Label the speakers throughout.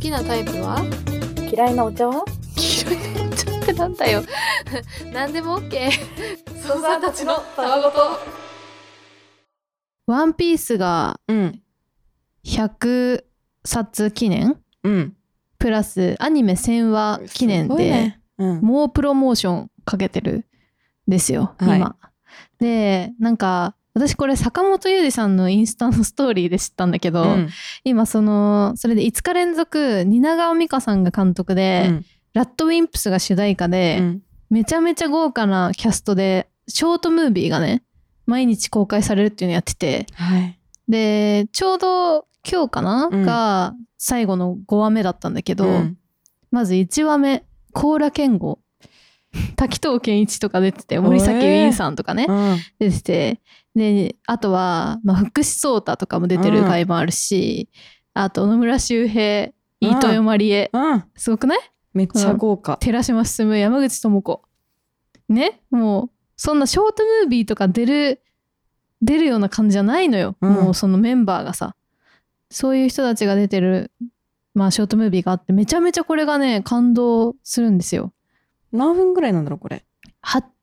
Speaker 1: きなタイプは
Speaker 2: 嫌いなお茶は
Speaker 1: 黄色いなちょっとなんだよ何でも OK ソーサーたちのたわごと
Speaker 3: ワンピースが
Speaker 4: うん。
Speaker 3: 100冊記念
Speaker 4: うん。
Speaker 3: プラスアニメ1000話記念
Speaker 4: すごい
Speaker 3: で、
Speaker 4: ねうん。
Speaker 3: もうプロモーションかけてるんですよ、
Speaker 4: はい
Speaker 3: 今。でなんか私これ坂本裕二さんのインスタのストーリーで知ったんだけど、
Speaker 4: うん
Speaker 3: 今そのそれで5日連続蜷川美香さんが監督で、
Speaker 4: うん
Speaker 3: ラッドウィンプスが主題歌で、
Speaker 4: うん
Speaker 3: めちゃめちゃ豪華なキャストでショートムービーがね毎日公開されるっていうのやってて
Speaker 4: はい。
Speaker 3: でちょうど今日かな、
Speaker 4: うん
Speaker 3: が最後の5話目だったんだけど、
Speaker 4: うん
Speaker 3: まず1話目高良健吾滝藤健一とか出てて森崎ウィンさんとかね、
Speaker 4: うん
Speaker 3: 出ててであとは、まあ、福士蒼太とかも出てる回もあるし、あと野村周平
Speaker 4: うん
Speaker 3: 飯豊まりえ
Speaker 4: うん。
Speaker 3: すごくない
Speaker 4: めっちゃ豪華。
Speaker 3: 寺島進山口智子ねもうそんなショートムービーとか出る出るような感じじゃないのよ、
Speaker 4: うん
Speaker 3: もうそのメンバーがさそういう人たちが出てるまあショートムービーがあってめちゃめちゃこれがね感動するんですよ
Speaker 4: 何分ぐらいなんだろうこれ。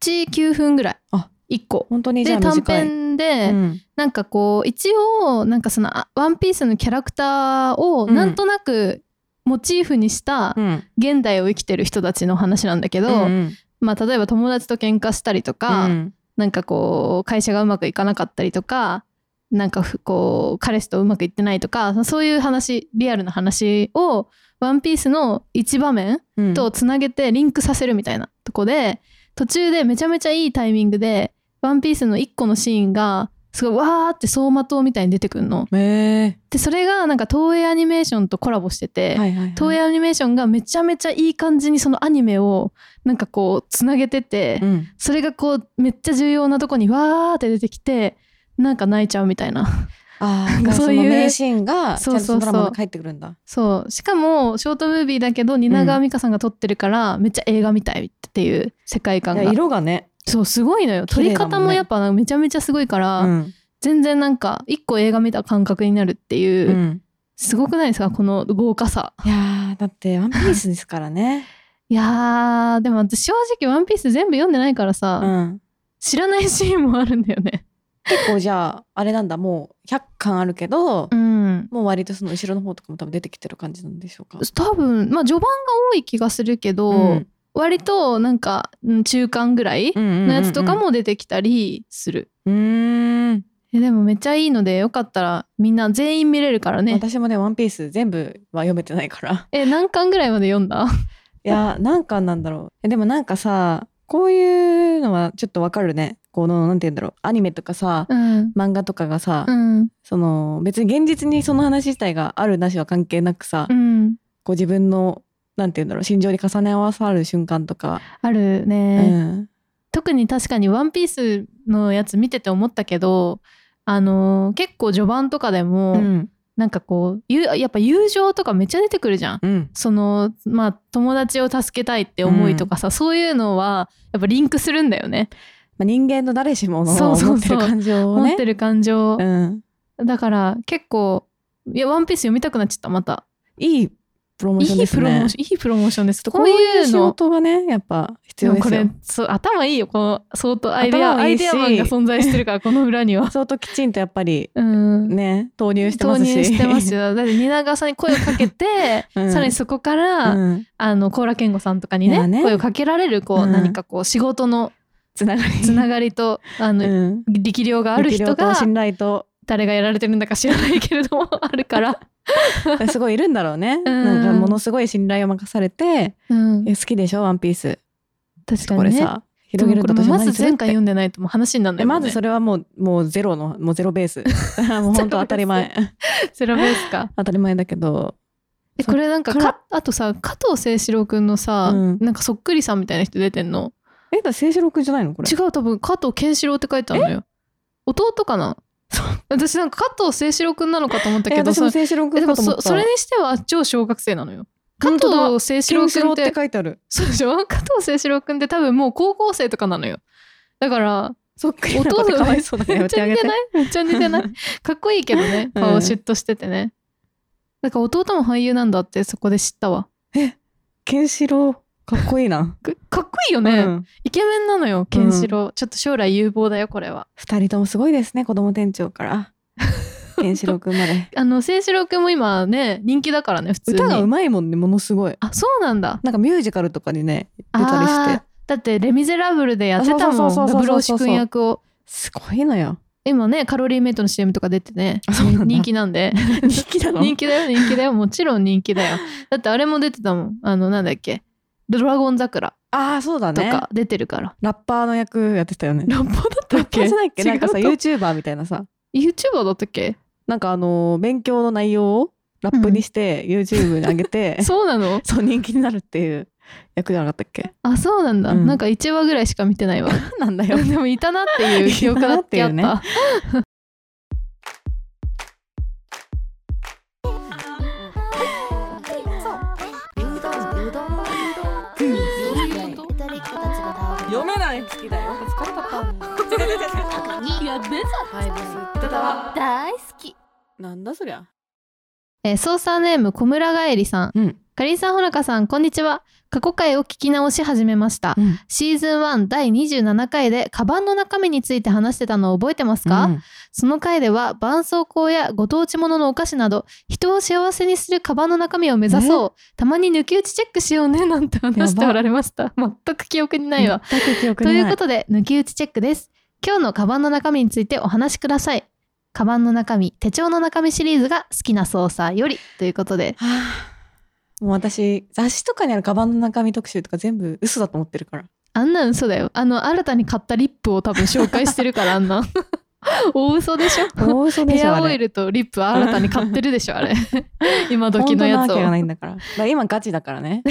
Speaker 3: 89分ぐらい
Speaker 4: あ
Speaker 3: 1個
Speaker 4: 本当にじゃ
Speaker 3: で
Speaker 4: あ
Speaker 3: 短
Speaker 4: 短い。
Speaker 3: 編で、
Speaker 4: うん
Speaker 3: なんかこう一応なんかそのあ「ワンピースのキャラクターを
Speaker 4: うん
Speaker 3: なんとなくモチーフにした
Speaker 4: うん。
Speaker 3: 現代を生きてる人たちの話なんだけど、
Speaker 4: うん
Speaker 3: まあ、例えば友達と喧嘩したりとか、
Speaker 4: うん
Speaker 3: なんかこう会社がうまくいかなかったりとかなんかふこう彼氏とうまくいってないとかそういう話リアルな話を「ワンピースの一場面
Speaker 4: うん
Speaker 3: とつなげてリンクさせるみたいなとこで途中でめちゃめちゃいいタイミングで「ワンピースの1個のシーンがすごいわーって走馬灯みたいに出てくるの。
Speaker 4: へ
Speaker 3: でそれがなんか東映アニメーションとコラボしてて、
Speaker 4: え。はいはいはい。
Speaker 3: 東映アニメーションがめちゃめちゃいい感じにそのアニメをなんかこうつなげてて、
Speaker 4: うん
Speaker 3: それがこうめっちゃ重要なとこにわーって出てきてなんか泣いちゃうみたいな
Speaker 4: ああ、
Speaker 3: な
Speaker 4: だ
Speaker 3: んか
Speaker 4: から
Speaker 3: そ
Speaker 4: そう
Speaker 3: いう
Speaker 4: の名シーンがちゃ
Speaker 3: そ
Speaker 4: ん
Speaker 3: う
Speaker 4: と
Speaker 3: そ
Speaker 4: そう
Speaker 3: そ
Speaker 4: の
Speaker 3: う
Speaker 4: ドラマに帰ってくるんだ。
Speaker 3: そうしかもショートムービーだけど蜷川美香さんが撮ってるから、めっちゃ映画みたいっていう世界観
Speaker 4: いや
Speaker 3: が
Speaker 4: 色がね。
Speaker 3: そうすごいのよ撮
Speaker 4: 綺
Speaker 3: り
Speaker 4: 麗だもんね
Speaker 3: 方もやっぱめちゃめちゃすごいから、
Speaker 4: うん
Speaker 3: 全然なんか一個映画見た感覚になるっていうう、
Speaker 4: ん。
Speaker 3: すごくないですかこの豪華さ
Speaker 4: いやーだってワンピースですから ね。
Speaker 3: いやーでも私正直「ワンピース全部読んでないからさ、
Speaker 4: うん。
Speaker 3: 知らないシーンもあるんだよね。
Speaker 4: 結構じゃああれなんだもう100巻あるけど、
Speaker 3: ん
Speaker 4: もう割とその後ろの方とかも多分出てきてる感じなんでしょうか。
Speaker 3: 多分まあ序盤が多い気がするけど、
Speaker 4: うん
Speaker 3: 割となんかうん中間ぐらいのやつとか。も出てきたりする、
Speaker 4: うんうんうん。うーん
Speaker 3: えでもめっちゃいいのでよかったらみんな全員見れるからね
Speaker 4: 私もね「ワンピース全部は読めてないから。
Speaker 3: え何巻ぐらいまで読んだ
Speaker 4: いやー何巻なんだろうえでもなんかさこういうのはちょっとわかるねこのなんて言うんだろうアニメとかさ、
Speaker 3: うん
Speaker 4: 漫画とかがさ、
Speaker 3: うん
Speaker 4: その別に現実にその話自体があるなしは関係なくさ、
Speaker 3: うん
Speaker 4: こう自分のなんて言うんだろう心情に重ね合わさる瞬間とか、
Speaker 3: ある
Speaker 4: う
Speaker 3: ね、
Speaker 4: ん、
Speaker 3: 特に確かに「ワンピースのやつ見てて思ったけどあのー結構序盤とかでも、
Speaker 4: うん
Speaker 3: なんかこうゆやっぱ友情とかめっちゃ出てくるじゃん
Speaker 4: うん
Speaker 3: そのまあ友達を助けたいって思いとかさ、そういうのはやっぱリンクするんだよね
Speaker 4: まあ、人間の誰しもの
Speaker 3: そうそ
Speaker 4: 持
Speaker 3: う
Speaker 4: って
Speaker 3: そう
Speaker 4: る感情をね
Speaker 3: 持ってる感情、
Speaker 4: うん、
Speaker 3: だから結構いや「ワンピース読みたくなっちゃったまた
Speaker 4: いいプロモーション
Speaker 3: い
Speaker 4: で
Speaker 3: い
Speaker 4: す
Speaker 3: プロ
Speaker 4: ね
Speaker 3: モーションいいプロモーションです
Speaker 4: こう
Speaker 3: こう
Speaker 4: い
Speaker 3: いうう
Speaker 4: 仕
Speaker 3: の
Speaker 4: 事がねやっぱ必
Speaker 3: で
Speaker 4: 要
Speaker 3: も
Speaker 4: で
Speaker 3: こ
Speaker 4: す
Speaker 3: れ
Speaker 4: よ
Speaker 3: そう頭いいよこの相当アイデア
Speaker 4: 頭
Speaker 3: ア
Speaker 4: い
Speaker 3: イ
Speaker 4: いし
Speaker 3: デアマンが存在してるからこの裏に は
Speaker 4: 相当きちんとやっぱり
Speaker 3: うん
Speaker 4: ね投入してま
Speaker 3: 投
Speaker 4: す
Speaker 3: 入
Speaker 4: し
Speaker 3: してますよだって蜷川さんに声をかけて、
Speaker 4: うん
Speaker 3: さらにそこから、
Speaker 4: うん
Speaker 3: あの高良健吾さんとかに
Speaker 4: い
Speaker 3: ね
Speaker 4: やね
Speaker 3: 声をかけられるこう、
Speaker 4: うん
Speaker 3: 何かこう仕事の
Speaker 4: つながり
Speaker 3: つながりとあ
Speaker 4: う
Speaker 3: の、
Speaker 4: ん
Speaker 3: 力量がある人
Speaker 4: 力量
Speaker 3: が
Speaker 4: と信頼と
Speaker 3: 誰がやられてるんだか知らないけれどもあるから、
Speaker 4: すごいいるんだろうね、なんかものすごい信頼を任されて
Speaker 3: うん
Speaker 4: え好きでしょワンピース
Speaker 3: 確か
Speaker 4: これ
Speaker 3: にね
Speaker 4: さ広げる
Speaker 3: で
Speaker 4: と
Speaker 3: もこ
Speaker 4: 私
Speaker 3: れ
Speaker 4: は
Speaker 3: ま
Speaker 4: 何
Speaker 3: ず
Speaker 4: するっ
Speaker 3: 前
Speaker 4: て
Speaker 3: 回読んでないともう話にならない
Speaker 4: え
Speaker 3: も
Speaker 4: ま
Speaker 3: ん、ね、
Speaker 4: ずそれはもうもうゼロの もうゼロベースもう本当当たり前
Speaker 3: ゼロベースか
Speaker 4: 当たり前だけど
Speaker 3: えこれなんか
Speaker 4: そっから
Speaker 3: かあとさ加藤清志郎くんのさ、
Speaker 4: うん
Speaker 3: なんかそっくりさんみたいな人出てんの
Speaker 4: えだから清志郎くんじゃないのこれ
Speaker 3: 違う多分加藤健志郎って書いてあるのよ弟かな私なんか加藤清志郎くんなのかと思った
Speaker 4: え
Speaker 3: けど
Speaker 4: 私
Speaker 3: さ
Speaker 4: も清志郎く
Speaker 3: え
Speaker 4: ん
Speaker 3: で
Speaker 4: か
Speaker 3: も
Speaker 4: と思っ
Speaker 3: そ
Speaker 4: た
Speaker 3: それにしては超小学生なのよ加
Speaker 4: 本当
Speaker 3: 藤
Speaker 4: だ
Speaker 3: 清志郎
Speaker 4: 清志
Speaker 3: くん
Speaker 4: 郎
Speaker 3: っ
Speaker 4: ってて書いてある
Speaker 3: そうでしょ加藤清志郎くんって多分もう高校生とかなのよ。だから、
Speaker 4: そっ くり
Speaker 3: お
Speaker 4: な
Speaker 3: 父
Speaker 4: こと
Speaker 3: さ
Speaker 4: か
Speaker 3: ん
Speaker 4: わいそうだから
Speaker 3: め
Speaker 4: や
Speaker 3: っ
Speaker 4: っ
Speaker 3: ち
Speaker 4: て
Speaker 3: ゃ
Speaker 4: あ
Speaker 3: 似
Speaker 4: げ
Speaker 3: て
Speaker 4: て
Speaker 3: ないめっちゃ似てないかっこいいけどね。
Speaker 4: うん
Speaker 3: 顔シュッとしててね。だから弟も俳優なんだってそこで知ったわ
Speaker 4: ケンシロウかっこいいな
Speaker 3: かかっこいいよね、
Speaker 4: うん
Speaker 3: イケメンなのよケンシロウ、ちょっと将来有望だよこれは
Speaker 4: 二人ともすごいですね子供店長から ケンシロウくんまで
Speaker 3: あの清志郎君も今ね人気だからね普通に
Speaker 4: 歌がうまいもんねものすごい
Speaker 3: あそうなんだ
Speaker 4: なんかミュージカルとかにね出たり
Speaker 3: あ
Speaker 4: し
Speaker 3: ー
Speaker 4: て
Speaker 3: だって「レ・ミゼラブル」でやってたも
Speaker 4: そうそ
Speaker 3: ん
Speaker 4: うそうそうそうそ
Speaker 3: ブ
Speaker 4: う
Speaker 3: ローシュ君役を
Speaker 4: すごいのよ
Speaker 3: 今ねカロリーメイトの CM とか出てね
Speaker 4: あそうなんだ
Speaker 3: 人気なんで
Speaker 4: 人気なの
Speaker 3: 人気だよ人気だよもちろん人気 だよだってあれも出てたもんあのなんだっけ「ドラゴン桜
Speaker 4: ああそうだ」
Speaker 3: と
Speaker 4: ね
Speaker 3: か出てるから、
Speaker 4: ラッパーの役やってたよね
Speaker 3: ラッパーだった
Speaker 4: ラッ
Speaker 3: っ
Speaker 4: パー
Speaker 3: け
Speaker 4: じゃないっけなんかさ
Speaker 3: 違うと
Speaker 4: YouTuber みたいなさ
Speaker 3: YouTuber だったっけ
Speaker 4: なんかあのー勉強の内容をラップにして YouTube に上げて、
Speaker 3: そうなの
Speaker 4: そう人気になるっていう役じゃなかったっけ
Speaker 3: あそうなんだ、
Speaker 4: うん
Speaker 3: なんか1話ぐらいしか見てないわ
Speaker 4: なんだよ
Speaker 3: でもいたなっていう記憶だってあっ
Speaker 4: いたな
Speaker 3: た
Speaker 4: っ
Speaker 2: 読めない好きだよ疲れたいや出た
Speaker 1: 大好き
Speaker 2: なんだそりゃ
Speaker 3: えー、操作ネーム小村帰りさん、
Speaker 4: うん
Speaker 3: かりんさんほなかさんこんにちは過去回を聞き直し始めました、
Speaker 4: うん
Speaker 3: シーズン1第27回でカバンの中身について話してたのを覚えてますか、
Speaker 4: うん
Speaker 3: その回では絆創膏やご当地もののお菓子など人を幸せにするカバンの中身を目指そう、たまに抜き打ちチェックしようねなんて話しておられました全く記憶にないわ、
Speaker 4: 全く記憶
Speaker 3: と
Speaker 4: に
Speaker 3: い
Speaker 4: な
Speaker 3: うことで抜き打ちチェックです今日のカバンの中身についてお話しくださいカバンの中身手帳の中身シリーズが好きな操作よりということで
Speaker 4: はあ もう私雑誌とかにあるカバンの中身特集とか全部嘘だと思ってるから
Speaker 3: あんなん嘘だよあの新たに買ったリップを多分紹介してるからあ んなん大嘘でしょ
Speaker 4: 大嘘でし
Speaker 3: ヘ
Speaker 4: ょ
Speaker 3: ア
Speaker 4: あ
Speaker 3: オイ
Speaker 4: れ
Speaker 3: ルとリップ新たに買ってるでしょ あれ今
Speaker 4: 本
Speaker 3: 時
Speaker 4: 当
Speaker 3: の
Speaker 4: な
Speaker 3: や
Speaker 4: わ
Speaker 3: つを
Speaker 4: けがないんだからだから今ガチだからね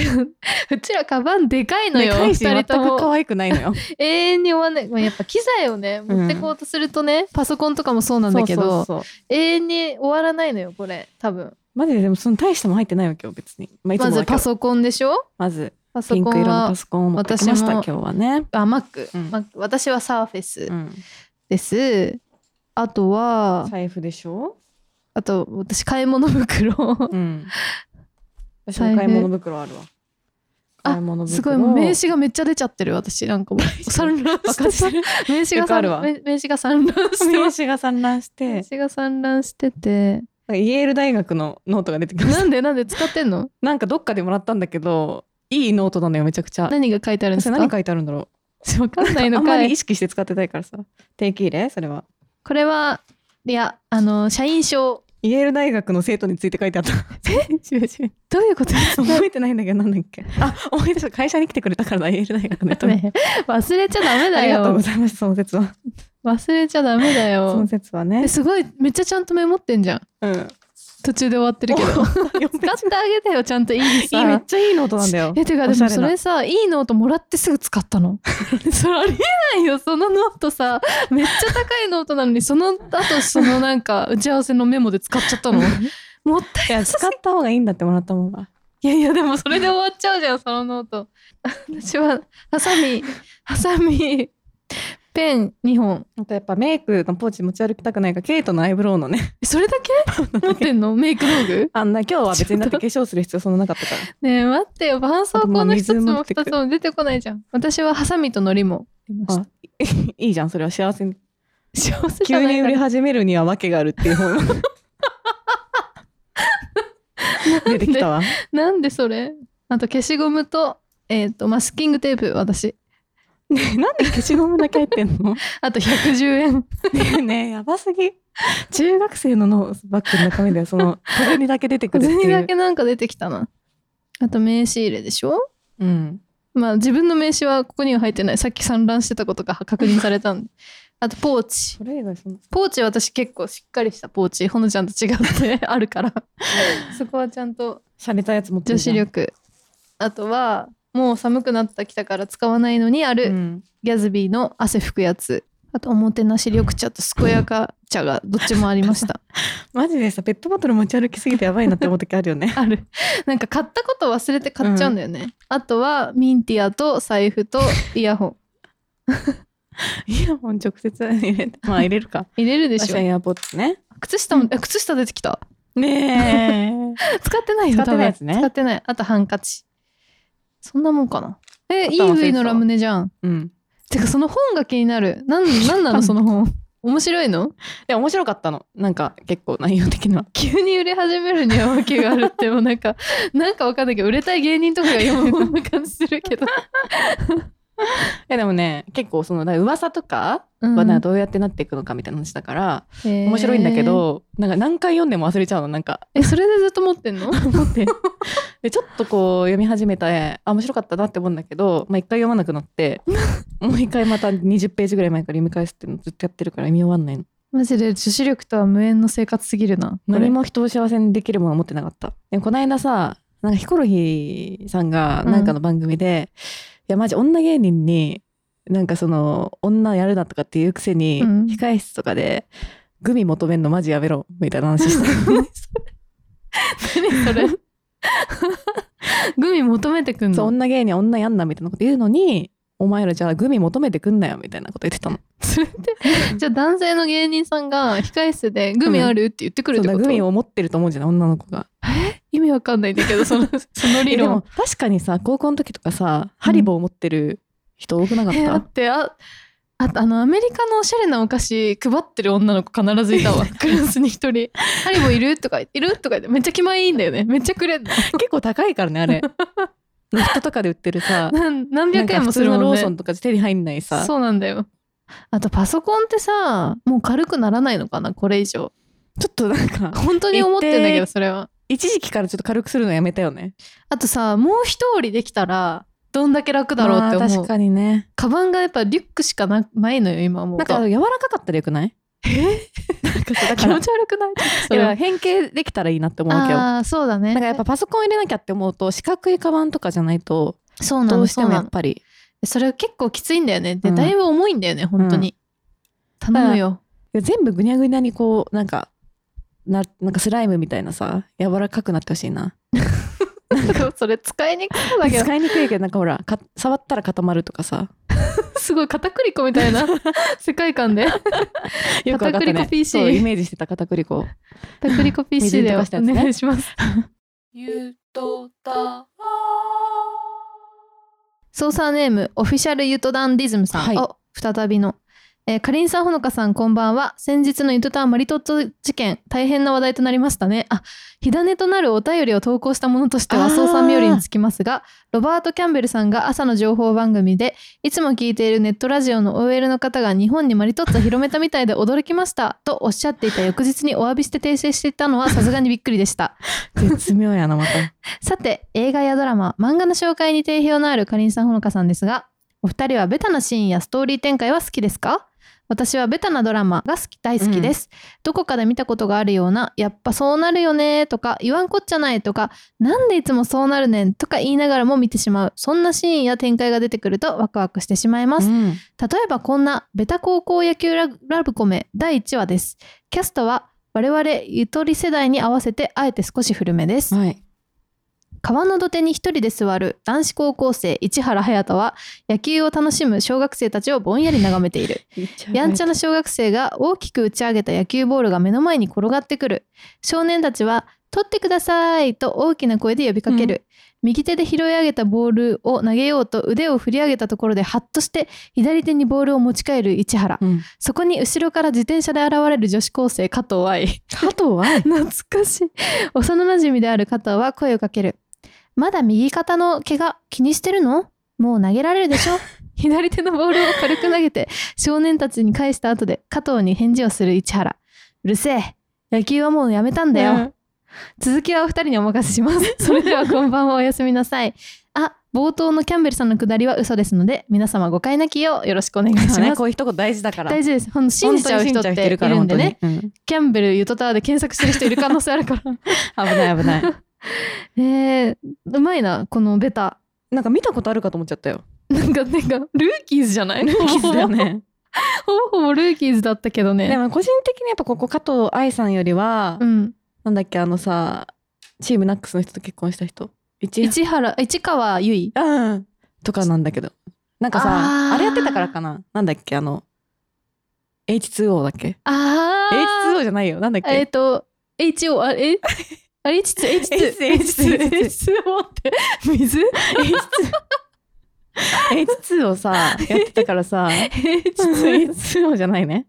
Speaker 3: うちらカバンでかいのよ
Speaker 4: でかいし
Speaker 3: 2
Speaker 4: 全
Speaker 3: 人
Speaker 4: く
Speaker 3: とも
Speaker 4: 可愛くないのよ
Speaker 3: 永遠に終わんない、まあ、やっぱ機材をね持ってこうとするとね、パソコンとかもそうなんだけど
Speaker 4: そうそうそう
Speaker 3: 永遠に終わらないのよこれ多分
Speaker 4: マジででもその大したもん入ってないわけよ別に、まあ、いつ
Speaker 3: ま
Speaker 4: もだけ
Speaker 3: ず
Speaker 4: ど
Speaker 3: パソコンでしょ
Speaker 4: まず
Speaker 3: パソ
Speaker 4: ピン
Speaker 3: コ
Speaker 4: ク色
Speaker 3: ン
Speaker 4: の
Speaker 3: は
Speaker 4: パソコンを持ってきました今
Speaker 3: 私
Speaker 4: 日はね、
Speaker 3: あ Mac、
Speaker 4: うん
Speaker 3: Mac 私はサーフェス
Speaker 4: うん、
Speaker 3: です、あとは
Speaker 4: 財布でしょ、
Speaker 3: あと私買い物袋
Speaker 4: うん、私
Speaker 3: 財
Speaker 4: も
Speaker 3: 布
Speaker 4: 買い物袋あるわ
Speaker 3: あ
Speaker 4: 買い物袋
Speaker 3: すごいもう名刺がめっちゃ出ちゃってる私なんかも う散乱
Speaker 4: バ
Speaker 3: し
Speaker 4: カにして
Speaker 3: て
Speaker 4: る
Speaker 3: 名刺が
Speaker 4: よくあ
Speaker 3: 散
Speaker 4: るわ
Speaker 3: 名名刺が散乱してま
Speaker 4: 名
Speaker 3: す
Speaker 4: 刺が散乱して
Speaker 3: 名刺が散乱し てて
Speaker 4: イエール大学のノートが出てきました
Speaker 3: なんでなんで使ってんの
Speaker 4: なんかどっかでもらったんだけどいいノートなのよめちゃくちゃ
Speaker 3: 何が書いてあるんで
Speaker 4: そ
Speaker 3: す
Speaker 4: れ
Speaker 3: か
Speaker 4: 何書いてあるんだろ
Speaker 3: わかんないう
Speaker 4: あ
Speaker 3: の
Speaker 4: んま
Speaker 3: か
Speaker 4: り
Speaker 3: い
Speaker 4: 意識して使ってないからさ定期入れそれは
Speaker 3: これはいやあの社員証
Speaker 4: イエール大学の生徒について書いてあった
Speaker 3: どういうこと
Speaker 4: 覚えてないんだけどなんだっけあ思い出した会社に来てくれたからだイエール大学の人が
Speaker 3: ね忘れちゃダメ
Speaker 4: あ
Speaker 3: だ
Speaker 4: りがとうご
Speaker 3: よ
Speaker 4: ざいましたその説は
Speaker 3: 忘れちゃダメだ
Speaker 4: その
Speaker 3: よ
Speaker 4: 説は
Speaker 3: え
Speaker 4: ね
Speaker 3: すごいめっちゃちゃんとメモってんじゃん
Speaker 4: うん
Speaker 3: 途中で終わってるけど使ってあげてよちゃんといい
Speaker 4: いいめっ
Speaker 3: さ
Speaker 4: ちゃいいノートなんだよ
Speaker 3: えてかで
Speaker 4: おしゃ
Speaker 3: も
Speaker 4: れな
Speaker 3: それさいいノートもらってすぐ使っ たのそれありえないよそのノートさめっちゃ高いノートなのにその後そのなんか打ち合わせのメモで使っちゃ ったのもったい
Speaker 4: いや使った方がいいんだってもらったもんが
Speaker 3: いやいやでもそれで終わっちゃうじゃんそのノート私はハサミハサミペン2本
Speaker 4: あとやっぱメイクのポーチ持ち歩きたくないからケイトのアイブロウのね
Speaker 3: えそれだ け持ってんのメイク道具
Speaker 4: あんな今日は別にだって化粧する必要そんななかったから
Speaker 3: ねえ待ってよ絆創膏の一つ
Speaker 4: あとまあ水持
Speaker 3: も
Speaker 4: って
Speaker 3: 二
Speaker 4: く
Speaker 3: つも出てこないじゃん私はハサミと糊も出ました
Speaker 4: あいいじゃんそれは幸せに
Speaker 3: 幸せじゃ
Speaker 4: 急
Speaker 3: な
Speaker 4: に
Speaker 3: い
Speaker 4: 売
Speaker 3: か
Speaker 4: り
Speaker 3: ら
Speaker 4: 始めるには訳があるっていう本出てきたわ
Speaker 3: なんでそれあと消しゴムと,、えー、とマスキングテープ私
Speaker 4: ねえなんで消しゴムだけ入ってんのね
Speaker 3: あと110円
Speaker 4: えねえやばすぎ中学生のノーバッグの中身でその小銭だけ出てくる
Speaker 3: 小
Speaker 4: っていう
Speaker 3: 銭だけなんか出てきたなあと名刺入れでしょ
Speaker 4: うん
Speaker 3: まあ自分の名刺はここには入ってないさっき散乱してたことが確認されたん であとポーチ
Speaker 4: それ以外その
Speaker 3: ポーチ私結構しっかりしたポーチほのちゃんと違 ってあるからそこはちゃんと
Speaker 4: 洒落たやつ持って
Speaker 3: 女
Speaker 4: るじ
Speaker 3: 子
Speaker 4: ゃん
Speaker 3: 力あとはもう寒くなってきたから使わないのにあ
Speaker 4: う
Speaker 3: る
Speaker 4: ん
Speaker 3: ギャズビーの汗拭くやつあとおもてなし緑茶と健やか茶がどっちもありました
Speaker 4: マジでさペットボトル持ち歩きすぎてやばいなって思う時あるよね
Speaker 3: あるなんか買ったこと忘れて買っちゃうんだよね、あとはミンティアと財布とイヤホン
Speaker 4: イヤホン直接入れてまあ入れるか
Speaker 3: 入れるでし
Speaker 4: 私は
Speaker 3: ょ
Speaker 4: エアポッツね
Speaker 3: 靴下も、え靴下出てきた
Speaker 4: ねえ。
Speaker 3: 使ってないよ
Speaker 4: 使ってないやつね
Speaker 3: 多分使ってないあとハンカチそんなもんかなえ
Speaker 4: あとは
Speaker 3: EV のラムネじゃん
Speaker 4: うん。
Speaker 3: てかその本が気になる なんなんなのその本面白いの
Speaker 4: で面白かったの。なんか結構内容的な。
Speaker 3: 急に売れ始めるには訳があるってもうなん かなんかわかんないけど売れたい芸人とかが読むような感じする けど、
Speaker 4: いやでもね、結構そのだから噂とか
Speaker 3: うん
Speaker 4: はなんかどうやってなっていくのかみたいな話だから、
Speaker 3: へー
Speaker 4: 面白いんだけど、なんか何回読んでも忘れちゃうの。なんか
Speaker 3: えそれでずっと持って んの
Speaker 4: 思ってでちょっとこう読み始めてあ面白かったなって思うんだけど、まあ、一回読まなくなって もう一回また20ページぐらい前から読み返すっていうのずっとやってるから読み終わんないの
Speaker 3: マジで女子力とは無縁の生活すぎるなこれ
Speaker 4: 何も人を幸せにできるもの持ってなかったでもこの間さなんかヒコロヒーさんがなんかの番組で、いやマジ女芸人になんかその女やるなとかっていうくせに、
Speaker 3: うん
Speaker 4: 控え室とかでグミ求めんのマジやめろみたいな話したの
Speaker 3: それグミ求めてくん
Speaker 4: そう
Speaker 3: の
Speaker 4: 女芸人は女やんなみたいなこと言うのにお前らじゃあグミ求めてくんなよみたいなこと言ってたの
Speaker 3: それってじゃあ男性の芸人さんが控え室で「グミある?」って言ってくる
Speaker 4: そ
Speaker 3: っ
Speaker 4: う
Speaker 3: て
Speaker 4: だ
Speaker 3: こと
Speaker 4: グミを持ってると思うじゃない女の子が。
Speaker 3: 意味わかんないんだけど そのその理
Speaker 4: えでも
Speaker 3: 論
Speaker 4: 確かにさ高校の時とかさハリボーを持ってる人多くなかった、
Speaker 3: えだってあああのアメリカのおしゃれなお菓子配ってる女の子必ずい たわクラスに一人「ハリボーいる?」とか「いる?」とか言ってめっちゃ気前いいんだよねめっちゃくれんの
Speaker 4: 結構高いからねあ れネットとかで売ってるさ
Speaker 3: なん何
Speaker 4: なん
Speaker 3: 百
Speaker 4: か
Speaker 3: 円
Speaker 4: 普
Speaker 3: もす
Speaker 4: 通
Speaker 3: るも
Speaker 4: の
Speaker 3: んね
Speaker 4: ローソンとか手に入んないさ
Speaker 3: そうなんだよあとパソコンってさもう軽くならないのかなこれ以上
Speaker 4: ちょっとなんか
Speaker 3: 本当に思ってんだけ
Speaker 4: 一
Speaker 3: ど
Speaker 4: 定
Speaker 3: それは
Speaker 4: 一時期からちょっと軽くするのやめたよね
Speaker 3: あとさもう一人できたらどんだけ楽だろうって思う、
Speaker 4: まあ確かにね
Speaker 3: カバンがやっぱリュックしかなないのよ今もう
Speaker 4: なんか柔らかかったらよくないえ なんかさだ
Speaker 3: 気
Speaker 4: か
Speaker 3: 持
Speaker 4: ら
Speaker 3: ち悪くない
Speaker 4: いや変形できたらいいなって思うわけよ
Speaker 3: ああーそうだね
Speaker 4: なんかやっぱパソコン入れなきゃって思うと四角いカバンとかじゃないと
Speaker 3: そうなの
Speaker 4: どうしても
Speaker 3: そう
Speaker 4: や
Speaker 3: な
Speaker 4: っ
Speaker 3: の
Speaker 4: ぱり
Speaker 3: それ結構きついんだよねで、
Speaker 4: うん
Speaker 3: だいぶ重いんだよね本当に、頼むよ
Speaker 4: 全部ぐにゃぐにゃにこうなんかななんかスライムみたいなさ柔らかくなってほしいな
Speaker 3: それ使いにくそうだけど
Speaker 4: 使いにくいけどなんかほらか触ったら固まるとかさ
Speaker 3: すごい片栗粉みたい な世界観で
Speaker 4: よくわかった
Speaker 3: 片栗
Speaker 4: ね
Speaker 3: 粉 PC
Speaker 4: そうイメージしてた片栗粉
Speaker 3: 片栗粉 PC
Speaker 4: 水に
Speaker 3: で
Speaker 4: 溶
Speaker 3: お
Speaker 4: かしたやつね
Speaker 3: 願いします
Speaker 2: ゆとた
Speaker 3: 操作ネームオフィシャルゆとダンディズムさん、
Speaker 4: はい
Speaker 3: お再びの、えー、かりんさんほのかさんこんばんは先日のゆとたんマリトッツォ事件大変な話題となりましたねあ火種となるお便りを投稿したものとして
Speaker 4: あ
Speaker 3: は
Speaker 4: ー
Speaker 3: 操作冥利につきますがロバート・キャンベルさんが朝の情報番組でいつも聞いているネットラジオの OL の方が日本にマリトッツォ広めたみたいで驚きましたとおっしゃっていた翌日にお詫びして訂正していたのはさすがにびっくりでした
Speaker 4: 絶妙やなまた
Speaker 3: さて映画やドラマ漫画の紹介に定評のあるかりんさんほのかさんですがお二人はベタなシーンやストーリー展開は好きですか私はベタなドラマが好き大好きです、どこかで見たことがあるようなやっぱそうなるよねとか言わんこっちゃないとかなんでいつもそうなるねんとか言いながらも見てしまうそんなシーンや展開が出てくるとワクワクしてしまいます
Speaker 4: うん
Speaker 3: 例えばこんなベタ高校野球ララブコメ第1話ですキャストは我々ゆとり世代に合わせてあえて少し古めです
Speaker 4: はい
Speaker 3: 川の土手に一人で座る男子高校生市原隼人は野球を楽しむ小学生たちをぼんやり眺めているやんちゃな小学生が大きく打ち上げた野球ボールが目の前に転がってくる少年たちは「取ってください!」と大きな声で呼びかける、右手で拾い上げたボールを投げようと腕を振り上げたところでハッとして左手にボールを持ち帰る市原、
Speaker 4: うん
Speaker 3: そこに後ろから自転車で現れる女子高生加藤愛
Speaker 4: 加藤は
Speaker 3: 懐かしい幼なじみである加藤は声をかけるまだ右肩の怪我気にしてるのもう投げられる でしょ左手のボールを軽く投げて少年たちに返した後で加藤に返事をする市原うるせえ野球はもうやめたんだよ、
Speaker 4: うん
Speaker 3: 続きはお二人にお任せします それではこんばんはおやすみなさいあ冒頭のキャンベルさんのくだりは嘘ですので皆様誤解なきようよろしくお願いしま
Speaker 4: そ
Speaker 3: す、
Speaker 4: うねこういうとこ大事だから
Speaker 3: 大事ですほんと信じちゃう人ってい
Speaker 4: 本当
Speaker 3: る
Speaker 4: に信じちゃう人いるから
Speaker 3: んでね
Speaker 4: 本当にうん
Speaker 3: キャンベルユトタワーで検索してる人いる可能性あるから
Speaker 4: 危ない危ない
Speaker 3: えー、うまいなこのベタ
Speaker 4: なんか見たことあるかと思っちゃったよ
Speaker 3: なんかなんかルーキーズじゃないルー
Speaker 4: キスだよね
Speaker 3: ほぼ ほぼルーキーズだったけどね
Speaker 4: でも個人的にやっぱここ加藤愛さんよりは、
Speaker 3: うん
Speaker 4: なんだっけあのさチームナックスの人と結婚した人一
Speaker 3: 市原市川由衣
Speaker 4: うん、とかなんだけどなんかさ
Speaker 3: あ
Speaker 4: あ
Speaker 3: ー
Speaker 4: れやってたからかななんだっけあの H2O だっけ
Speaker 3: ああ
Speaker 4: H2O じゃないよなんだっけ、
Speaker 3: えっ、と H O あれ えあれ H つ H つ
Speaker 4: H2
Speaker 3: H つ持って水
Speaker 4: H2 をさやってたからさ
Speaker 3: H2
Speaker 4: H2 じゃないね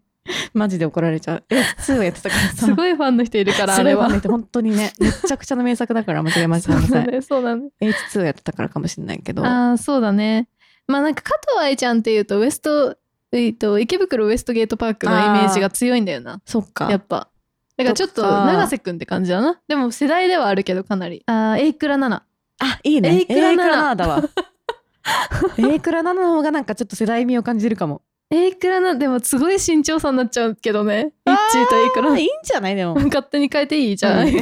Speaker 4: マジで怒られちゃう H2 をやってたからさ
Speaker 3: すごいファンの人いる から
Speaker 4: す
Speaker 3: あ
Speaker 4: ごい
Speaker 3: れ
Speaker 4: ファンの
Speaker 3: は。
Speaker 4: 人本当にねめちゃくちゃの名作だから間違えまし
Speaker 3: そ
Speaker 4: た
Speaker 3: う
Speaker 4: ごめんな
Speaker 3: だ
Speaker 4: さい
Speaker 3: ねそうだね。
Speaker 4: H2 をやってたからかもしれないけど
Speaker 3: ああそうだね。まあなんか加藤愛ちゃんっていうとウエストえっと池袋ウエストゲートパークのイメージが強いんだよな
Speaker 4: そっか
Speaker 3: やっぱ。だからちょっ
Speaker 4: と
Speaker 3: と
Speaker 4: か
Speaker 3: 永瀬くんって感じだな。でも世代ではあるけどかなり。ああエイクラナナ。
Speaker 4: あいいね
Speaker 3: エイクラナナ
Speaker 4: ナだわエイクラナナの方がなんかちょっと世代味を感じるかも
Speaker 3: エイクラナでもすごい慎重さになっちゃうけどね。イッチーとエイクラナ
Speaker 4: あ
Speaker 3: ナ
Speaker 4: いいんじゃないでも
Speaker 3: 勝手に変えていいじゃん。
Speaker 4: うん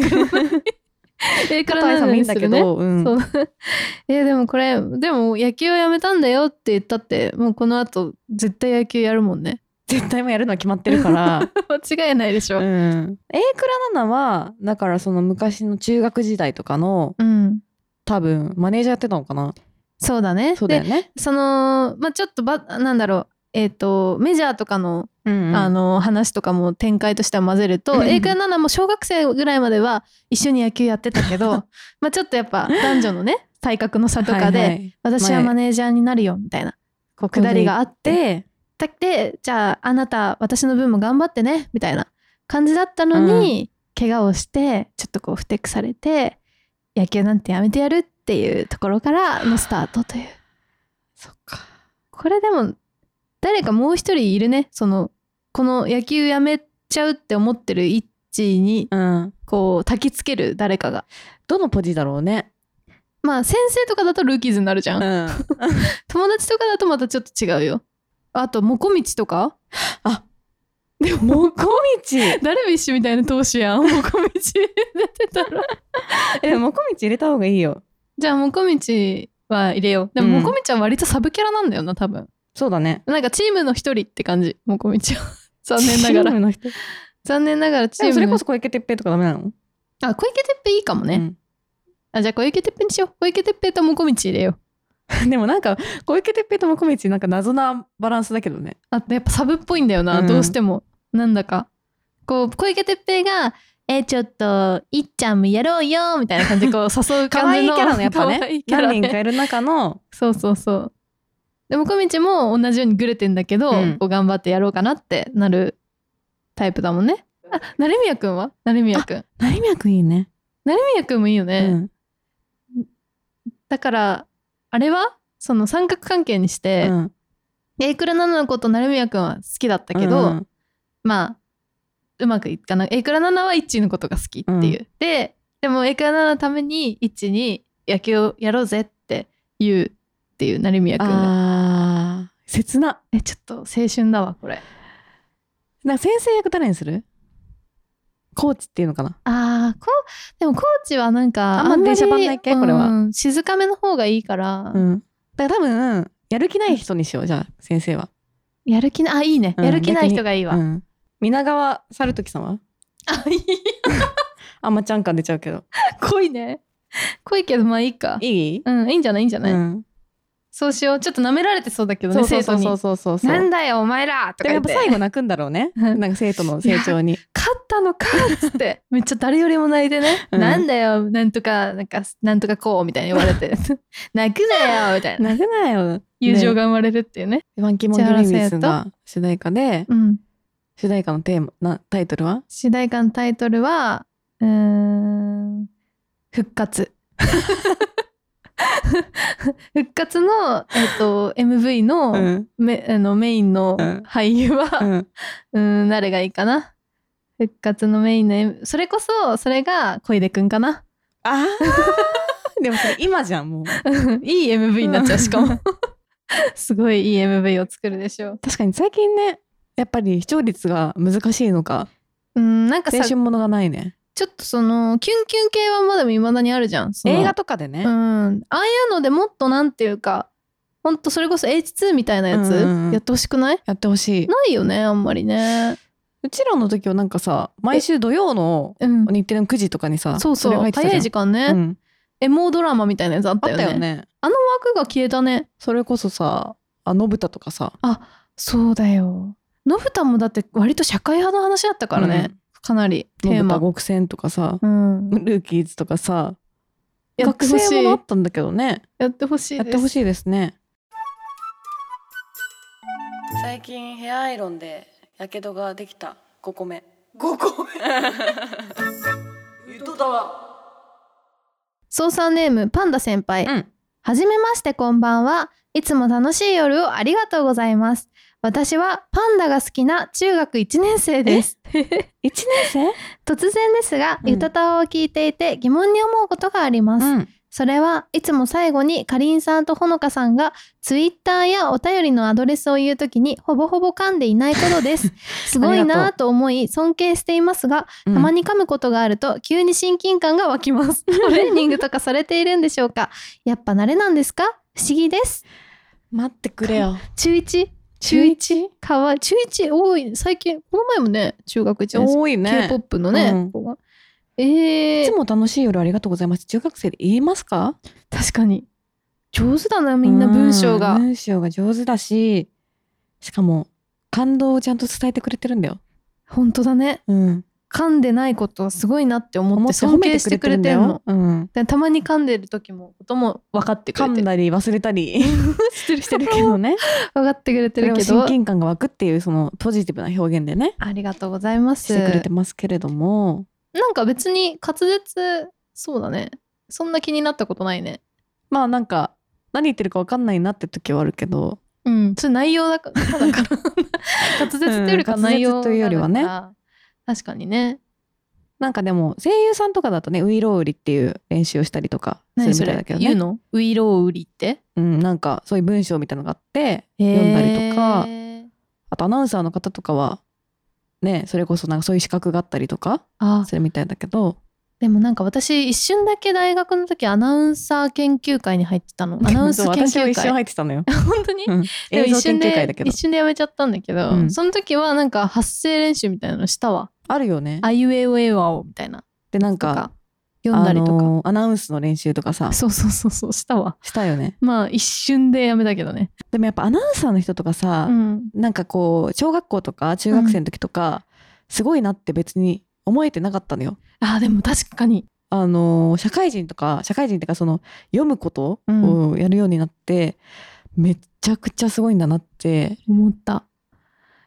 Speaker 3: え、
Speaker 4: 加藤愛さんもいいんだけど、うん
Speaker 3: そう え、でもこれ、でも野球をやめたんだよって言ったって、もうこの後絶対野球やるもんね。
Speaker 4: 絶対もうやるのは決まってるから、
Speaker 3: 間違いないでし
Speaker 4: う
Speaker 3: ょ。
Speaker 4: ん、A クラナナはだからその昔の中学時代とかの
Speaker 3: うん。
Speaker 4: 多分マネージャーやってたのかな
Speaker 3: そうだね。
Speaker 4: そうだよね、
Speaker 3: で、その、まあちょっとば、なんだろう。えっとメジャーとかの,、
Speaker 4: うん
Speaker 3: あの話とかも展開としては混ぜる
Speaker 4: うん
Speaker 3: と A 君7も小学生ぐらいまでは一緒に野球やってたけ どまあちょっとやっぱ男女のね体格の差とかで、私はマネージャーになるよみたいな
Speaker 4: ここ
Speaker 3: くだりがあって
Speaker 4: で
Speaker 3: だってじゃああなた私の分も頑張ってねみたいな感じだったのに、怪我をしてちょっとこうふてくされて野球なんてやめてやるっていうところからのスタートという
Speaker 4: そっか
Speaker 3: これでも誰かもう一人いるねそのこの野球やめちゃうって思ってる一致に
Speaker 4: うん
Speaker 3: こう焚きつける誰かが
Speaker 4: どのポジだろうね、
Speaker 3: まあ先生とかだとルーキーズになるじゃん、
Speaker 4: ん、
Speaker 3: 友達とかだとまたちょっと違うよあともこみちとか
Speaker 4: あ
Speaker 3: でも
Speaker 4: もこみ ち
Speaker 3: ダルビッシュみたいな投手や ん、もこみち出てたら。
Speaker 4: えもこみち入れた方がいいよ
Speaker 3: じゃあ、もこみちは入れよう。で
Speaker 4: う
Speaker 3: も、
Speaker 4: ん
Speaker 3: もこみちは割とサブキャラなんだよな、多分。
Speaker 4: そうだね
Speaker 3: なんかチームの一人って感じ、もこみちは。 残念なが
Speaker 4: チー
Speaker 3: ら。
Speaker 4: ムの人で
Speaker 3: 残念ながらチー
Speaker 4: も
Speaker 3: ム
Speaker 4: それ
Speaker 3: の
Speaker 4: こそ小池徹平とかダメなの
Speaker 3: あ、小池徹平いいかもね。あ、じゃあ、小池徹平にしよう。小池徹平ともこみち入れよう。
Speaker 4: うんでもなんか小池徹平ともこみちなんか謎なバランスだけどね
Speaker 3: あとやっぱサブっぽいんだよな、
Speaker 4: うん
Speaker 3: どうしてもなんだかこう小池徹平が「えちょっといっちゃんもやろうよ」みたいな感じでこう誘う
Speaker 4: 可
Speaker 3: 感
Speaker 4: 愛
Speaker 3: じ
Speaker 4: い
Speaker 3: の
Speaker 4: キャラのやっぱ
Speaker 3: 可愛い
Speaker 4: ね
Speaker 3: キャラ
Speaker 4: 何
Speaker 3: ね
Speaker 4: 人かいる中の
Speaker 3: そうそうそうでもこみちも同じようにグレてんだけど、
Speaker 4: うん
Speaker 3: こう頑張ってやろうかなってなるタイプだもんねあ成宮くんは成宮くん
Speaker 4: 成宮くんいいね、
Speaker 3: 成宮くんもいいよね、
Speaker 4: うん
Speaker 3: だからあれはその三角関係にして、
Speaker 4: うん
Speaker 3: エイクラナナのこと成宮くんは好きだったけど、
Speaker 4: うん
Speaker 3: まあうまくいかないエイクラナナはイッチーのことが好きっていう、ででもエイクラナナのためにイッチーに野球をやろうぜって言うっていう成宮くんが
Speaker 4: あー切な
Speaker 3: えちょっと青春だわこれ
Speaker 4: なんか先生役誰にするコーチっていうのかな
Speaker 3: あーこうでもコーチはなんか
Speaker 4: あんま
Speaker 3: り
Speaker 4: 出しゃばんない系これは
Speaker 3: うん静かめの方がいいから、
Speaker 4: うんだから多分やる気ない人にしようじゃあ先生は、
Speaker 3: やる気なあいいね、
Speaker 4: うん
Speaker 3: やる気ない人がいいわ、
Speaker 4: うん、皆川猿時さんは
Speaker 3: あいい
Speaker 4: あんまちゃん感出ちゃうけど
Speaker 3: 濃いね濃いけどまあいいか
Speaker 4: いい、
Speaker 3: うんいいんじゃないいいんじゃ
Speaker 4: う
Speaker 3: ない、
Speaker 4: ん、
Speaker 3: そうしようちょっと舐められてそうだけど
Speaker 4: そ
Speaker 3: ね
Speaker 4: うそうそう
Speaker 3: 生
Speaker 4: そう
Speaker 3: 徒
Speaker 4: そうそう
Speaker 3: に
Speaker 4: そう
Speaker 3: なんだよお前らと
Speaker 4: でもや
Speaker 3: か言っ
Speaker 4: ってぱ最後泣くんだろうねなんか生徒の成長に
Speaker 3: 勝ったのかっつって めっちゃ誰よりも泣いてね、
Speaker 4: うん
Speaker 3: なんだよなんとかなんかなんとかこうみたいに言わ れて泣くなよみたいな
Speaker 4: 泣くなよ
Speaker 3: 友情が生まれるっていうね
Speaker 4: ファンキーモンドリービスが主題歌で
Speaker 3: うん
Speaker 4: 主題歌のテーマなタイトルは
Speaker 3: 主題歌のタイトルはうーん復活 復活の、えっと MV の,、
Speaker 4: うん
Speaker 3: めあのメインの
Speaker 4: うん
Speaker 3: 俳優は、
Speaker 4: うん
Speaker 3: うーん誰がいいかな復活のメインの、M、それこそそれが小出くんかな
Speaker 4: あー でもそれ今じゃんもう
Speaker 3: いい MV になっちゃうし かもすごいいい MV を作るでしょう
Speaker 4: 確かに最近ねやっぱり視聴率が難しいのか
Speaker 3: うんなんかさ
Speaker 4: 青春ものがないね
Speaker 3: ちょっとそのキュンキュン系はまだ未だにあるじゃんその
Speaker 4: 映画とかでね、
Speaker 3: うんああいうのでもっとなんていうかほんとそれこそ H2 みたいなやつ
Speaker 4: うんうんうん
Speaker 3: やってほしくない、
Speaker 4: やってほしい
Speaker 3: ないよねあんまりね
Speaker 4: うちらの時はなんかさ毎週土曜の
Speaker 3: うん
Speaker 4: 日テレの9時とかにさ
Speaker 3: そうそう
Speaker 4: れが入ってたじ
Speaker 3: 早
Speaker 4: ゃん
Speaker 3: い時間ね、
Speaker 4: うん
Speaker 3: エモドラマみたいなやつあっ
Speaker 4: あ
Speaker 3: た
Speaker 4: っ
Speaker 3: よ
Speaker 4: た
Speaker 3: ね
Speaker 4: よね
Speaker 3: あの枠が消えたね
Speaker 4: それこそさあのぶたとかさ
Speaker 3: そうだよのぶたもだって割と社会派の話だったからね、かなりテー
Speaker 4: 信
Speaker 3: マ
Speaker 4: 田。極戦とかさ、
Speaker 3: うん、
Speaker 4: ルーキーズとかさ
Speaker 3: やって
Speaker 4: 学
Speaker 3: ほし
Speaker 4: 生
Speaker 3: い
Speaker 4: ものあったんだけどね
Speaker 3: やってほしい
Speaker 4: や
Speaker 3: で
Speaker 4: っ
Speaker 3: す
Speaker 4: てほしいですね最近ヘアアイロンでやけどができた5個目
Speaker 5: 5個目ゆとだわ
Speaker 3: 操作ネームパンダ先輩、
Speaker 4: うん
Speaker 3: はじめましてこんばんはいつも楽しい夜をありがとうございます私はパンダが好きな中学1年生です
Speaker 4: 1年生
Speaker 3: 突然ですが、
Speaker 4: うん
Speaker 3: ゆたたわを聞いていて疑問に思うことがあります、
Speaker 4: うん
Speaker 3: それはいつも最後にかりんさんとほのかさんがツイッターやお便りのアドレスを言うときにほぼほぼ噛んでいないことです すごいなぁと思い尊敬していますが
Speaker 4: た
Speaker 3: たまに噛むことがあると急に親近感が湧 きます。トレーニングとかされているんでしょうか。やっぱ慣れなんですか。不思議です。
Speaker 4: 待ってくれよ
Speaker 3: 中一中一かわい中一多い最近この前もね中学一年生
Speaker 4: 多いね
Speaker 3: K-POP のね、
Speaker 4: うん
Speaker 3: 子がえ
Speaker 4: いつ
Speaker 3: ー、
Speaker 4: も楽しい夜ありがとうございます中学生で言えますか
Speaker 3: 確かに上手だなみんな文章が
Speaker 4: うん文章が上手だししかも感動をちゃんと伝えてくれてるんだよ、
Speaker 3: 本当だね
Speaker 4: うん、
Speaker 3: 噛んでないことはすごいなって思って尊敬してくれてるの。
Speaker 4: るんだよ、うん、
Speaker 3: でたまに噛んでる時もことも分かってく
Speaker 4: 噛
Speaker 3: れて
Speaker 4: ん
Speaker 3: る
Speaker 4: だり忘れたりしてるしてるけどね
Speaker 3: 分かってくれてるけ
Speaker 4: それを
Speaker 3: ど
Speaker 4: 親近感が湧くっていうそのポジティブな表現でね
Speaker 3: ありがとうございま
Speaker 4: し
Speaker 3: す
Speaker 4: てくれてますけれども
Speaker 3: なんか別に滑舌そうだねそんな気になったことないね
Speaker 4: まあなんか何言ってるか分かんないなって時はあるけど
Speaker 3: うんそれ内容だから ただから滑舌っていうよりか
Speaker 4: うん
Speaker 3: 内容
Speaker 4: 滑舌というよりはね
Speaker 3: だから確かにね
Speaker 4: なんかでも声優さんとかだとねウイロウリっていう練習をしたりとかする
Speaker 3: 何
Speaker 4: み
Speaker 3: そ
Speaker 4: たい
Speaker 3: れ
Speaker 4: だけど
Speaker 3: 言う
Speaker 4: ね、
Speaker 3: のウイロウ売りって
Speaker 4: うん、なんかそういう文章みたいなのがあって読んだりとか
Speaker 3: へー
Speaker 4: あとアナウンサーの方とかはねそれこそなんかそういう資格があったりとか
Speaker 3: あ
Speaker 4: するみたいだけど
Speaker 3: でもなんか私一瞬だけ大学の時アナウンサー研究会に入ってた のアナウンス研
Speaker 4: 私は
Speaker 3: 究
Speaker 4: 一緒
Speaker 3: 会
Speaker 4: 入ってたのよ、
Speaker 3: 本当に
Speaker 4: うん、
Speaker 3: でも
Speaker 4: 映
Speaker 3: 一
Speaker 4: 像研
Speaker 3: 瞬
Speaker 4: 究会だ
Speaker 3: で
Speaker 4: けど
Speaker 3: 一瞬でやめちゃったんだけど、
Speaker 4: うん
Speaker 3: その時はなんか発声練習みたいなのしたわ
Speaker 4: あるよね
Speaker 3: あいうえおえわおみたいな
Speaker 4: でなん
Speaker 3: と
Speaker 4: か
Speaker 3: か読んだりとか、
Speaker 4: あのーアナウンスの練習とかさ
Speaker 3: そうそうそうそうしたわ
Speaker 4: したよね
Speaker 3: まあ一瞬でやめたけどね
Speaker 4: でもやっぱアナウンサーの人とかさ、
Speaker 3: うん
Speaker 4: なんかこう小学校とか中学生の時とか、すごいなって別に思えてなかったのよ。
Speaker 3: あーでも確かに
Speaker 4: あのー社会人とか社会人っていうかその読むことをやるようになって、めっちゃくちゃすごいんだなって
Speaker 3: 思った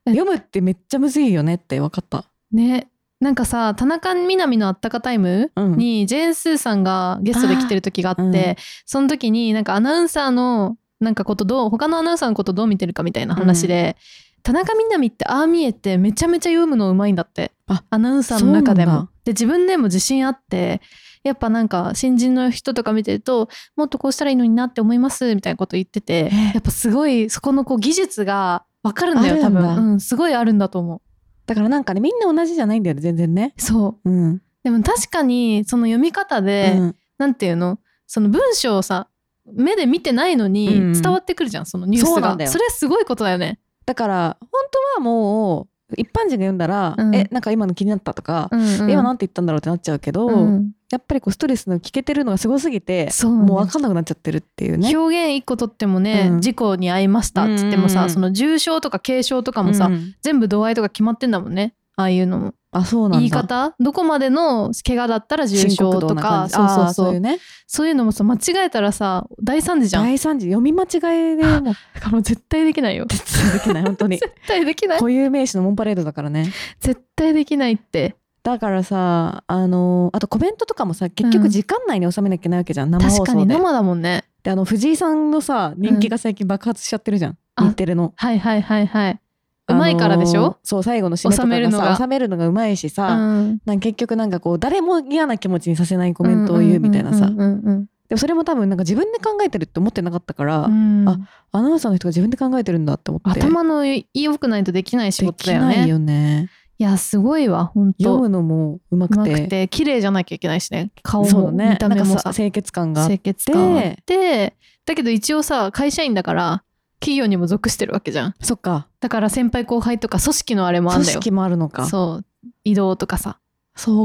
Speaker 3: え
Speaker 4: 読むってめっちゃむずいよねって分かった。
Speaker 3: ねなんかさ田中みな実のあったかタイム
Speaker 4: うん、
Speaker 3: にジェーン・スーさんがゲストで来てる時があって
Speaker 4: あーうん
Speaker 3: その時になんかアナウンサーのなんかことどう他のアナウンサーのことどう見てるかみたいな話で、田中みな実ってああ見えてめちゃめちゃ読むのうまいんだって
Speaker 4: あ
Speaker 3: アナウンサーの中で
Speaker 4: そうなん
Speaker 3: も
Speaker 4: だ。
Speaker 3: で自分でも自信あってやっぱなんか新人の人とか見てるともっとこうしたらいいのになって思いますみたいなこと言ってて
Speaker 4: え
Speaker 3: やっぱすごいそこのこう技術がわかるんだよ
Speaker 4: あ
Speaker 3: 多
Speaker 4: るんだ
Speaker 3: 分、うん、すごいあるんだと思
Speaker 4: だからなんかねみんな同じじゃないんだよね全然ね。
Speaker 3: うそう
Speaker 4: うん
Speaker 3: でも確かにその読み方で、
Speaker 4: うん
Speaker 3: なんていうのその文章をさ目で見てないのに
Speaker 4: うん
Speaker 3: 伝わってくるじゃん、そのニュース
Speaker 4: そうな
Speaker 3: が
Speaker 4: んだよ
Speaker 3: それはすごいことだよね、
Speaker 4: だから本当はもう一般人が読んだら「
Speaker 3: うん
Speaker 4: えなんか今の気になった」とか
Speaker 3: う、ん
Speaker 4: 今なんて言ったんだろうってなっちゃうけど、
Speaker 3: うん
Speaker 4: やっぱりこうストレスの聞けてるのがすごすぎて
Speaker 3: そうなんだよ
Speaker 4: もう分かんなくなっちゃってるっていうね。
Speaker 3: 表現一個とってもね、
Speaker 4: うん
Speaker 3: 事故に遭いましたっつってもさ、
Speaker 4: うんうんうん
Speaker 3: その重症とか軽症とかもさ、
Speaker 4: うん
Speaker 3: 全部度合いとか決まってんだもんねああいうのも
Speaker 4: あそうなんだ
Speaker 3: 言い方どこまでの怪我だったら重症とかそう
Speaker 4: そ
Speaker 3: そううそ
Speaker 4: そうういうね
Speaker 3: そういうのもさ間違えたらさ大惨事じゃん
Speaker 4: 第三次読み間違いでもう
Speaker 3: だからもう絶対できないよ
Speaker 4: できない本 当に
Speaker 3: 絶対できない
Speaker 4: 固有名詞のモンパレードだからね
Speaker 3: 絶対できないって
Speaker 4: だからさあのあとコメントとかもさ結
Speaker 3: う
Speaker 4: 局
Speaker 3: ん
Speaker 4: 時間内に収めなきゃいけないわけじゃん生
Speaker 3: 確
Speaker 4: 放
Speaker 3: か
Speaker 4: 送
Speaker 3: に
Speaker 4: で
Speaker 3: 生だもんね
Speaker 4: であの藤井さんのさ人気が最近爆発しちゃってるじゃん、
Speaker 3: あ
Speaker 4: 日テレの。
Speaker 3: はいはいはいはい。うまいからでし
Speaker 4: あの
Speaker 3: ょ、
Speaker 4: そう最後の締めとか
Speaker 3: 収めるの
Speaker 4: が
Speaker 3: が
Speaker 4: さ収めるのがうまいしさ、
Speaker 3: うん、
Speaker 4: なんか結局なんかこう誰も嫌な気持ちにさせないコメントを言うみたいなさ
Speaker 3: うんうんうん
Speaker 4: でもそれも多分なんか自分で考えてるって思ってなかったから、
Speaker 3: うんうん
Speaker 4: あアナウンサーの人が自分で考えてるんだって思って
Speaker 3: 頭の良くないとできない仕
Speaker 4: で
Speaker 3: 事
Speaker 4: き
Speaker 3: だよ
Speaker 4: な
Speaker 3: ね。
Speaker 4: い
Speaker 3: い
Speaker 4: よね
Speaker 3: やすごいわ本
Speaker 4: 読む
Speaker 3: 当。
Speaker 4: のもうま
Speaker 3: う
Speaker 4: く
Speaker 3: ま
Speaker 4: て
Speaker 3: くて綺麗じゃなきゃいけないしね顔
Speaker 4: そう
Speaker 3: も、
Speaker 4: だね
Speaker 3: 見た目
Speaker 4: な
Speaker 3: も
Speaker 4: んか
Speaker 3: さ
Speaker 4: さ清潔感があって
Speaker 3: 清潔感あってだけど一応さ会社員だから企業にも属してるわけじゃん
Speaker 4: そっか
Speaker 3: だから先輩後輩とか組織のあれもあん
Speaker 4: 組
Speaker 3: だよ
Speaker 4: 織もあるのかそう
Speaker 3: そう移動とかさ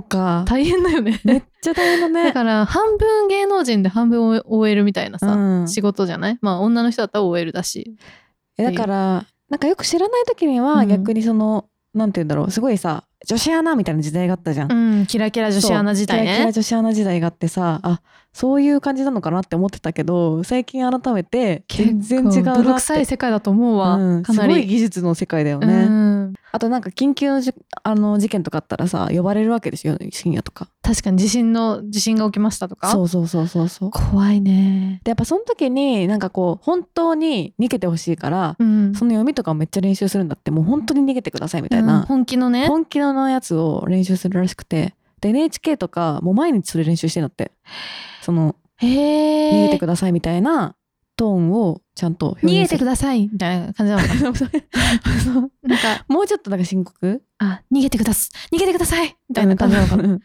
Speaker 4: か
Speaker 3: 大変だよね
Speaker 4: めっちゃ大変だね
Speaker 3: だから半分芸能人で半分 OL みたいなさ、
Speaker 4: うん
Speaker 3: 仕事じゃないまあ女の人だったら OL だし
Speaker 4: えだからなんかよく知らない時には
Speaker 3: うん
Speaker 4: 逆にその、なんて言うんだろうすごいさ女子アナみたいな時代があったじゃん、
Speaker 3: うん、キラキラ女子アナ時代
Speaker 4: そうキラキラ
Speaker 3: ね。
Speaker 4: 女子アナ時代があってさあそういう感じなのかなって思ってたけど最近改めて全然違うなって
Speaker 3: 泥臭い世界だと思うわ。
Speaker 4: うん
Speaker 3: か
Speaker 4: す
Speaker 3: な
Speaker 4: ごい
Speaker 3: り。
Speaker 4: 技術の世界だよね、
Speaker 3: うん
Speaker 4: あとなんか緊急のじあの事件とかあったらさ呼ばれるわけですよ深夜とか
Speaker 3: 確かに地震の地震が起きましたとか。
Speaker 4: そうそうそうそうそう
Speaker 3: 怖いね。
Speaker 4: でやっぱその時になんかこう本当に逃げてほしいから、
Speaker 3: うん。
Speaker 4: その読みとかをめっちゃ練習するんだってもう本当に逃げてくださいみたい
Speaker 3: うん
Speaker 4: な、
Speaker 3: 本気のね。
Speaker 4: 本気のやつを練習するらしくてで NHK とかもう毎日それ練習してんだってその
Speaker 3: へ
Speaker 4: 逃
Speaker 3: え。
Speaker 4: げてくださいみたいなトーンをちゃんと
Speaker 3: 逃げてく
Speaker 4: だ
Speaker 3: ださいみたいな感じなのかななん か、
Speaker 4: もうちょっとなんか深刻
Speaker 3: あ、逃げてくだす、逃げてくださいみ
Speaker 4: み
Speaker 3: たいな感じなのかな。
Speaker 4: な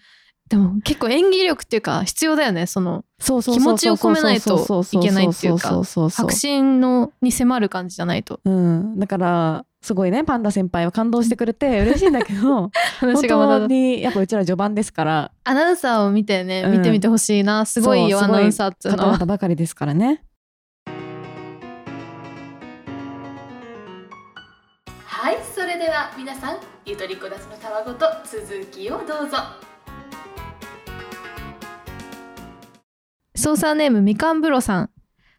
Speaker 3: でも結構演技力っていうか必要だよね。その
Speaker 4: そうそう
Speaker 3: 気持ちを込めないといけないってい
Speaker 4: そうそう
Speaker 3: うか
Speaker 4: そうそう
Speaker 3: 白真のに迫る感じじゃないと
Speaker 4: うん、だからすごいねパンダ先輩は感動してくれて嬉しいんだけど
Speaker 3: 話
Speaker 4: 本
Speaker 3: がまだだ
Speaker 4: 当にやっぱうちら序盤ですから
Speaker 3: アナウンサーを見てね、
Speaker 4: うん
Speaker 3: 見てみてほしいな。すごいよ、
Speaker 4: そうす
Speaker 3: ア
Speaker 4: ごい
Speaker 3: ナウンサーっていう
Speaker 4: 方
Speaker 3: のは。
Speaker 4: 々ばかりですからね。
Speaker 1: はいそれでは皆さんゆとりこだちのたわごと続きをどうぞ
Speaker 3: 操作ネームみかんぶろさん。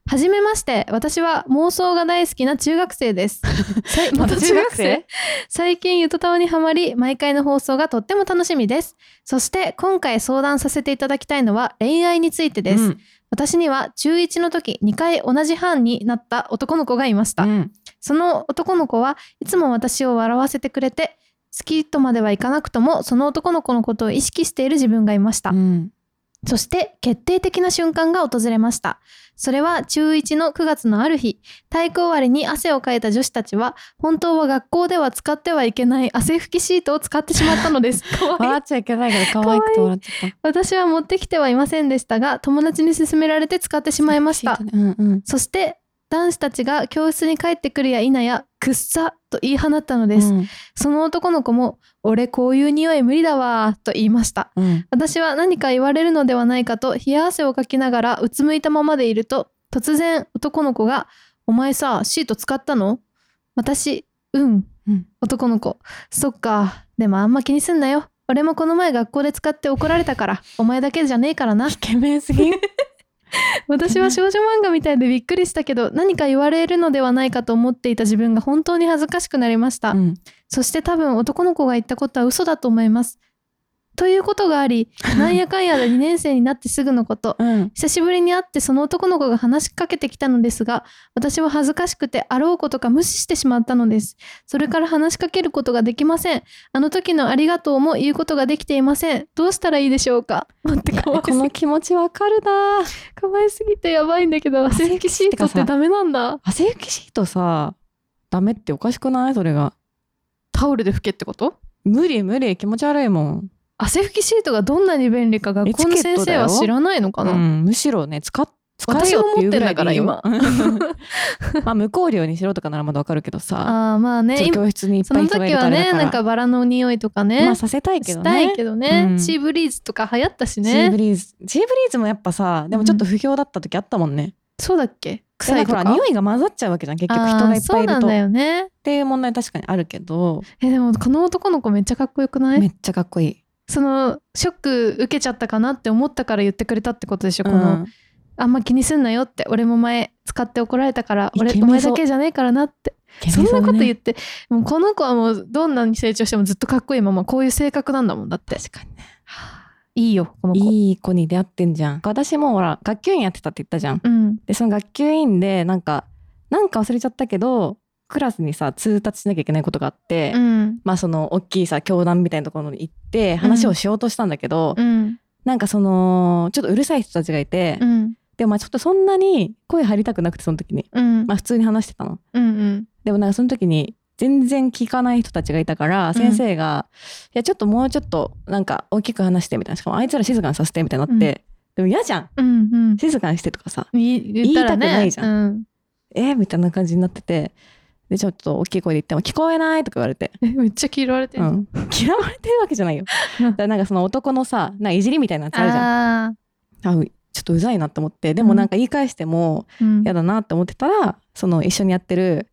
Speaker 3: はじめまして、私は妄想が大好きな中学生 です。さいまた中学生最近ゆとたわにはまり、毎回の放送がとっても楽しみです。そして今回相談させていただきたいのは恋愛についてです。
Speaker 4: うん
Speaker 3: 私には中1の時2回同じ班になった男の子がいました。
Speaker 4: うん
Speaker 3: その男の子はいつも私を笑わせてくれて、好きとまではいかなくともその男の子のことを意識している自分がいました。
Speaker 4: うん
Speaker 3: そして決定的な瞬間が訪れました。それは中1の9月のある日、体育終わりに汗をかいた女子たちは、本当は学校では使ってはいけない汗拭きシートを使ってしまった のです。かわいい
Speaker 4: 笑っちゃいけないから可愛くて笑っちゃった。
Speaker 3: 私は持ってきてはいませんでしたが、友達に勧められて使ってしまいました。
Speaker 4: うんうん。
Speaker 3: そして、男子たちが教室に帰ってくるや否や、くっさと言い放ったのです。
Speaker 4: うん
Speaker 3: その男の子も、俺こういう匂い無理だわーと言いました。
Speaker 4: うん
Speaker 3: 私は何か言われるのではないかと冷や汗をかきながらうつむいたままでいると突然男の子が「お前さシート使ったの?」私「うん」
Speaker 4: うん
Speaker 3: 男の子「そっかでもあんま気にすんなよ俺もこの前学校で使って怒られたからお前だけじゃねえからな」
Speaker 4: イケメンすぎる。
Speaker 3: 私は少女漫画みたいでびっくりしたけど何か言われるのではないかと思っていた自分が本当に恥ずかしくなりました、
Speaker 4: うん
Speaker 3: そして多分男の子が言ったことは嘘だと思います。ということがあ り、なんやかんやで2年生になってすぐのこと、
Speaker 4: うん
Speaker 3: 久しぶりに会ってその男の子が話しかけてきたのですが、私は恥ずかしくてあろうことか無視してしまったのです。それから話しかけることができません。あの時のありがとうも言うことができていません。どうしたらいいでしょうか待って、かわい
Speaker 4: こ
Speaker 3: すぎ
Speaker 4: の気持ちわかるな。
Speaker 3: かわいすぎてやばいんだけど、汗拭きシートってダメなんだ。
Speaker 4: 汗拭きシートさ、ダメっておかしくないそれが。
Speaker 3: タオルで拭けってこと
Speaker 4: 無理無理気持ち悪いもん。
Speaker 3: 汗拭きシートがどんなに便利か学校の
Speaker 4: エチケットだ
Speaker 3: 先生
Speaker 4: よ
Speaker 3: は知らないのかな、
Speaker 4: うん、むしろね使っ使え
Speaker 3: 私
Speaker 4: よ
Speaker 3: は
Speaker 4: っていう
Speaker 3: 思っ
Speaker 4: ぐ
Speaker 3: てん
Speaker 4: らい
Speaker 3: だから
Speaker 4: でいいよ
Speaker 3: 今
Speaker 4: まあ無香料にしろとかならまだわかるけどさ、
Speaker 3: ああまあね
Speaker 4: ちょっと
Speaker 3: 今
Speaker 4: 教室にいっ
Speaker 3: そ
Speaker 4: ぱい
Speaker 3: の
Speaker 4: 人がい
Speaker 3: 時
Speaker 4: ると
Speaker 3: は
Speaker 4: あれだ
Speaker 3: ね
Speaker 4: から
Speaker 3: なんかバラの匂いとかね,、
Speaker 4: まあさせたいけどね
Speaker 3: したいけどね、
Speaker 4: うん
Speaker 3: シーブリーズとか流行ったし
Speaker 4: シーブ
Speaker 3: ね
Speaker 4: リーズシーブリーズもやっぱさでもちょっと不評だった時あったもんね、
Speaker 3: そうだっけ
Speaker 4: で
Speaker 3: 臭
Speaker 4: ないん
Speaker 3: と
Speaker 4: かほ
Speaker 3: か
Speaker 4: ら匂いが混ざっちゃうわけじゃん結局人がいっぱいい
Speaker 3: あーそうな
Speaker 4: る
Speaker 3: ん
Speaker 4: と
Speaker 3: だ
Speaker 4: っ
Speaker 3: よね
Speaker 4: ていう問題確かにあるけど
Speaker 3: えでもこの男の子めっちゃかっこよくな
Speaker 4: め
Speaker 3: い
Speaker 4: っちゃかっこいい、
Speaker 3: そのショック受けちゃったかなって思ったから言ってくれたってことでしょ、
Speaker 4: う
Speaker 3: この
Speaker 4: ん、
Speaker 3: あんま気にすんなよって俺も前使って怒られたから俺
Speaker 4: イケメ
Speaker 3: お
Speaker 4: ン
Speaker 3: 前
Speaker 4: そう
Speaker 3: だけじゃねえからなってそんなこと言って、もうこの子はもうどんなに成長してもずっとかっこいいままこういう性格なんだもんだって
Speaker 4: 確かにね
Speaker 3: いいよこの子
Speaker 4: いい子に出会ってんじゃん私もほら学級委員やってたって言ったじゃん
Speaker 3: うん
Speaker 4: でその学級委員でなんかなんか忘れちゃったけどクラスにさ通達しなきゃいけないことがあって、
Speaker 3: うん
Speaker 4: まあその大きいさ教団みたいなところに行って話をしようとしたんだけど、
Speaker 3: うん
Speaker 4: なんかそのちょっとうるさい人たちがいて、
Speaker 3: うん
Speaker 4: でもまあちょっとそんなに声張りたくなくてその時に
Speaker 3: うん
Speaker 4: まあ普通に話してたの
Speaker 3: うんうん
Speaker 4: でもなんかその時に全然聞かない人たちがいたから
Speaker 3: ん
Speaker 4: 先生が「いやちょっともうちょっとなんか大きく話して」みたいなしかもあいつら静かにさせてみたいになって、でも嫌じゃん
Speaker 3: うんうん
Speaker 4: 静かにしてとかさ
Speaker 3: 言い言ったらね
Speaker 4: 言いたくないじゃ
Speaker 3: うん
Speaker 4: えーみたいな感じになっててでちょっと大きい声で言っても聞こえないとか言われて、
Speaker 3: えめっちゃ嫌われて
Speaker 4: う
Speaker 3: る、
Speaker 4: ん、嫌われてるわけじゃない よだからなんかその男のさなんかいじりみたいなやつあるじゃん
Speaker 3: ああ
Speaker 4: あうちょっとうざいなと思ってでもなんか言い返しても
Speaker 3: うん
Speaker 4: 嫌だなって思ってたら、その一緒にやってる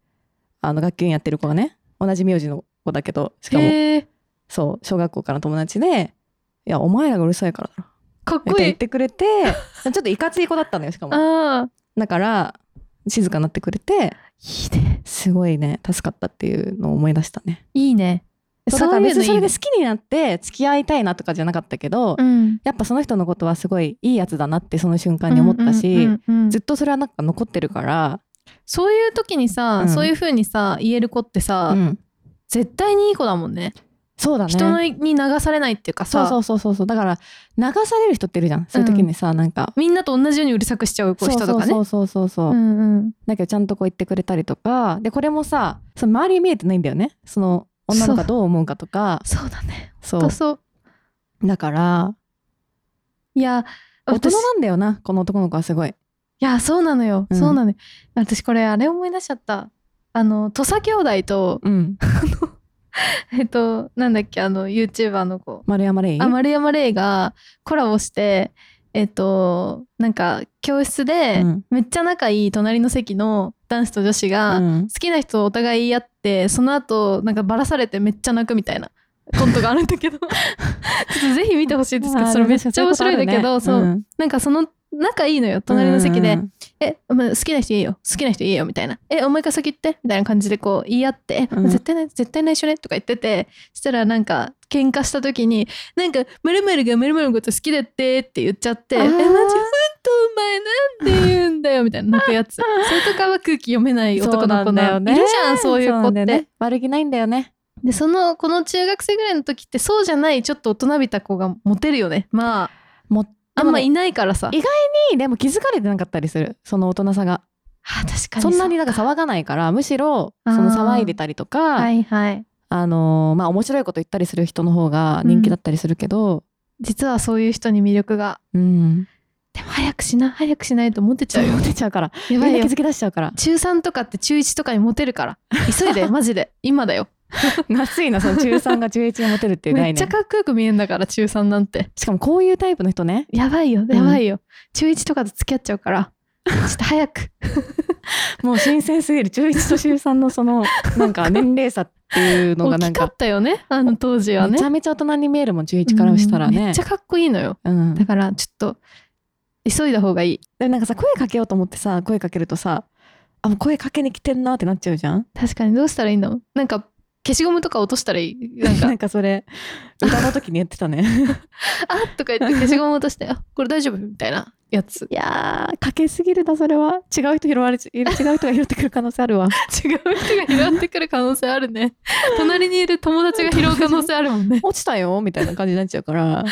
Speaker 4: あの学級委員やってる子がね同じ名字の子だけどしかも
Speaker 3: へえ
Speaker 4: そう小学校からの友達で「いやお前らがうるさいからだろ」
Speaker 3: かっ
Speaker 4: み
Speaker 3: こ
Speaker 4: たいに言
Speaker 3: いい
Speaker 4: ってくれて ちょっといかつい子だったのよしかも
Speaker 3: ああ
Speaker 4: だから静かになってくれて
Speaker 3: いいね
Speaker 4: すごいね助かったっていうのを思い出したね
Speaker 3: いいね
Speaker 4: そうだから別にそれ
Speaker 3: ね
Speaker 4: で好きになって付き合いたいなとかじゃなかったけど、
Speaker 3: うん
Speaker 4: やっぱその人のことはすごいいいやつだなってその瞬間に思ったし、
Speaker 3: うんうんうんうん
Speaker 4: ずっとそれはなんか残ってるから、
Speaker 3: そういう時にさ、
Speaker 4: うん
Speaker 3: そういう風にさ言える子ってさ、
Speaker 4: うん
Speaker 3: 絶対にいい子だもんね
Speaker 4: そうだね
Speaker 3: 人のに流されないっていうか
Speaker 4: そ
Speaker 3: さ
Speaker 4: うそうそうそうそうだから流される人っているじゃんそういう時にさ、なんか
Speaker 3: みんなと同じようにうるさくしちゃう子人とかね
Speaker 4: そうそうそうそうそう、
Speaker 3: うんうん
Speaker 4: だけどちゃんとこう言ってくれたりとかでこれもさその周り見えてないんだよねその女の子がどう思うかとか
Speaker 3: そうだね
Speaker 4: そう
Speaker 3: 本当そう
Speaker 4: だから
Speaker 3: いや
Speaker 4: 大人
Speaker 3: 私い
Speaker 4: なんだよなこの男の子はすごい
Speaker 3: やそうなのよ、
Speaker 4: うん
Speaker 3: そうなのよ私これあれ思い出しちゃったあの土佐兄弟と
Speaker 4: うん
Speaker 3: えっとなんだっけあの YouTuber の子
Speaker 4: 丸山レイ
Speaker 3: あ丸山礼がコラボしてえっとなんか教室で
Speaker 4: うん
Speaker 3: めっちゃ仲いい隣の席の男子と女子が、
Speaker 4: うん
Speaker 3: 好きな人をお互い言い合ってその後なんかバラされてめっちゃ泣くみたいなコントがあるんだ けどちょっとぜひ見てほしいですけどそれめっちゃ面白いんだけどそう,、なんかその仲いいのよ隣の席で「え、まあ、好きな人いいよ好きな人いいよ」みたいな「えお前から先行って」みたいな感じでこう言い合って「え
Speaker 4: うん
Speaker 3: 絶対ない絶対内緒ね」とか言っててそしたらなんか喧嘩した時に「なんか〇〇が〇〇のこと好きだって」って言っちゃって「え
Speaker 4: あー
Speaker 3: マジほんとお前なんて言うんだよ」みたいな泣くやつそれとかは空気読めない男の子なのいるじゃんそういう子って。
Speaker 4: 悪気ないんだよね
Speaker 3: でそのこの中学生ぐらいの時ってそうじゃないちょっと大人びた子がモテるよねまあ
Speaker 4: も
Speaker 3: あんまいないからさ、
Speaker 4: でにでも気づかれてなかったりするその大人さが
Speaker 3: あ確か
Speaker 4: そんなに
Speaker 3: だ
Speaker 4: なんか騒がないからむしろその騒いでたりとかあ,、
Speaker 3: いはい
Speaker 4: のーまあ面白いこと言ったりする人の方が人気だったりするけど、
Speaker 3: 実はそういう人に魅力が
Speaker 4: うん、
Speaker 3: でも早くしな早くしないとモテ ちゃうよ
Speaker 4: 出ちゃうから
Speaker 3: やば
Speaker 4: みん
Speaker 3: い
Speaker 4: な
Speaker 3: よ
Speaker 4: 気づき出しちゃうから
Speaker 3: 中3とかって中1とかにモテ るから急いでマジで今だよ
Speaker 4: 夏いなその中3が中1にモテるっていう
Speaker 3: め
Speaker 4: 概
Speaker 3: っちゃ
Speaker 4: 念
Speaker 3: かっこよく見えるんだから中3なんて
Speaker 4: しかもこういうタイプの人ね
Speaker 3: やばいよやばいよ、中1とかと付き合っちゃうからちょっと早く
Speaker 4: もう新鮮すぎる中1と中3のそ のなんか年齢差っていうのが
Speaker 3: 大
Speaker 4: なん
Speaker 3: きか
Speaker 4: か
Speaker 3: ったよねあの当時は
Speaker 4: め
Speaker 3: ね
Speaker 4: ちゃめちゃ大人に見えるもん中1からしたら
Speaker 3: うんめ
Speaker 4: ね
Speaker 3: っちゃかっこいいのよ
Speaker 4: うん
Speaker 3: だからちょっと急いだ方がいい
Speaker 4: でなんかさ声かけようと思ってさ声かけるとさあもう声かけに来てんなってなっちゃうじゃん
Speaker 3: 確かにどうしたらいいんだろうなんか消しゴムとか落としたらいいなん
Speaker 4: な
Speaker 3: か
Speaker 4: んかそれ歌の時にやってたね
Speaker 3: 「あっ!」とか言って消しゴム落として「あこれ大丈夫?」みたいなやつ
Speaker 4: いやーかけすぎるなそれは違う人拾われち違う人が拾ってくる可能性あるわ
Speaker 3: 違う人が拾ってくる可能性ある ね隣にいる友達が拾う可能性あるもんね
Speaker 4: 落ちたよみたいな感じになっちゃうから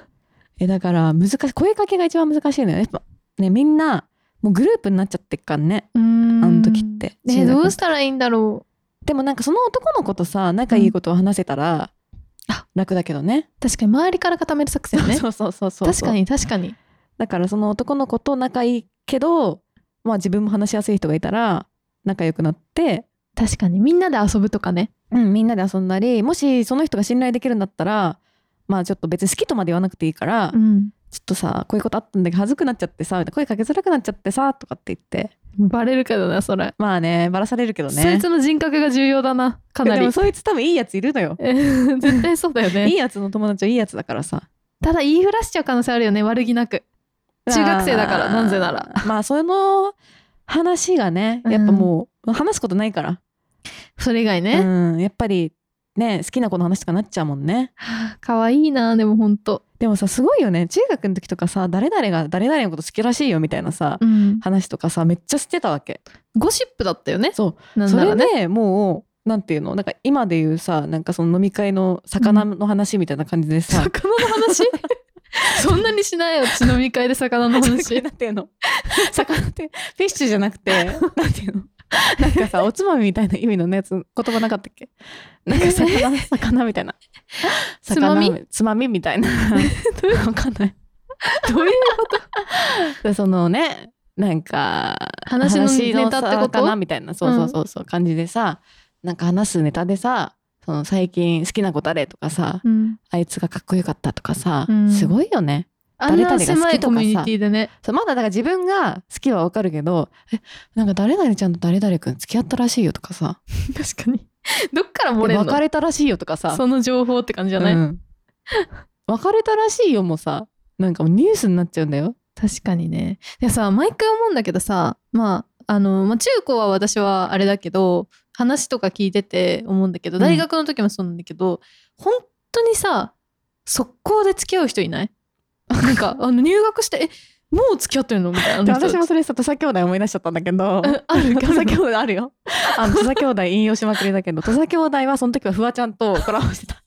Speaker 4: えだから難しい声かけが一番難しいのよやっぱねみんなもうグループになっちゃってっからね
Speaker 3: あ
Speaker 4: あ
Speaker 3: の
Speaker 4: の時って
Speaker 3: ね
Speaker 4: 中学
Speaker 3: どうしたらいいんだろう
Speaker 4: でもなんかその男の子とさ仲いいことを話せたら、
Speaker 3: あ
Speaker 4: 楽だけどね
Speaker 3: 確かに周りから固める作戦ね
Speaker 4: そうそうそうそう
Speaker 3: 確かに確かに
Speaker 4: だからその男の子と仲いいけどまあ自分も話しやすい人がいたら仲良くなって、
Speaker 3: 確かにみんなで遊ぶとかね
Speaker 4: うん、みんなで遊んだりもしその人が信頼できるんだったらまあちょっと別に好きとまで言わなくていいから、
Speaker 3: ん
Speaker 4: ちょっとさこういうことあったんだけど恥ずくなっちゃってさ声かけづらくなっちゃってさとかって言って
Speaker 3: バレるけどなそれ
Speaker 4: まあねバラされるけどね
Speaker 3: そいつの人格が重要だなかな
Speaker 4: で
Speaker 3: り
Speaker 4: もそいつ多分いいやついるのよ
Speaker 3: 絶対そうだよね
Speaker 4: いいやつの友達はいいやつだからさ
Speaker 3: ただ言いふらしちゃう可能性あるよね悪気なく中学生だから
Speaker 4: あー
Speaker 3: なんぜなら
Speaker 4: まあその話がねやっぱもう、話すことないから、
Speaker 3: それ以外ね、
Speaker 4: うん、やっぱりね好きな子の話とかなっちゃうもんね
Speaker 3: 可愛いなでもほんと、
Speaker 4: でもさすごいよね中学の時とかさ誰々が誰々のこと好きらしいよみたいなさ、
Speaker 3: うん、
Speaker 4: 話とかさめっちゃしてたわけ
Speaker 3: ゴシップだったよね
Speaker 4: そう
Speaker 3: なん
Speaker 4: そ
Speaker 3: なら
Speaker 4: れ
Speaker 3: ね
Speaker 4: で、もうなんていうのなんか今でいうさなんかその飲み会の魚の話みたいな感じでさ、
Speaker 3: 魚の 話そんなにしないようち飲み会で魚 の話
Speaker 4: なんていうの魚ってフィッシュじゃなく てなんていうのなんかさおつまみみたいな意味のねやつ言葉なかったっけなんか魚魚みたいな
Speaker 3: つまみ
Speaker 4: 魚つまみみたい なわかんない
Speaker 3: どういう
Speaker 4: でそのねなんか
Speaker 3: 話のネタってこ
Speaker 4: かな
Speaker 3: と
Speaker 4: みたいなそうそうそうそう感じでさなんか話すネタでさその最近好きな子誰とかさ
Speaker 3: うん、
Speaker 4: あいつがかっこよかったとかさ、
Speaker 3: うん
Speaker 4: すごいよね
Speaker 3: あんな狭いコミュニティ でね
Speaker 4: そうまだだから自分が好きはわかるけどえなんか誰々ちゃんと誰々くん付き合ったらしいよとかさ
Speaker 3: 確かにどっから漏れん
Speaker 4: 別
Speaker 3: の
Speaker 4: れたらしいよとかさ
Speaker 3: その情報って感じじゃない、
Speaker 4: うん別れたらしいよもさなんかもうニュースになっちゃうんだよ
Speaker 3: 確かにねいやさ毎回思うんだけどさまああの、まあ、中高は私はあれだけど話とか聞いてて思うんだけど
Speaker 4: うん
Speaker 3: 大学の時もそうなんだけど、本当にさ速攻で付き合う人いないなんかあの入学してえもう付き合ってるのみたいなあの人
Speaker 4: 私もそれさ土佐兄弟思い出しちゃったんだけど
Speaker 3: うんある
Speaker 4: 土佐兄弟あるよあの土佐兄弟引用しまくりだけど土佐兄弟はその時はフワちゃんとコラボして た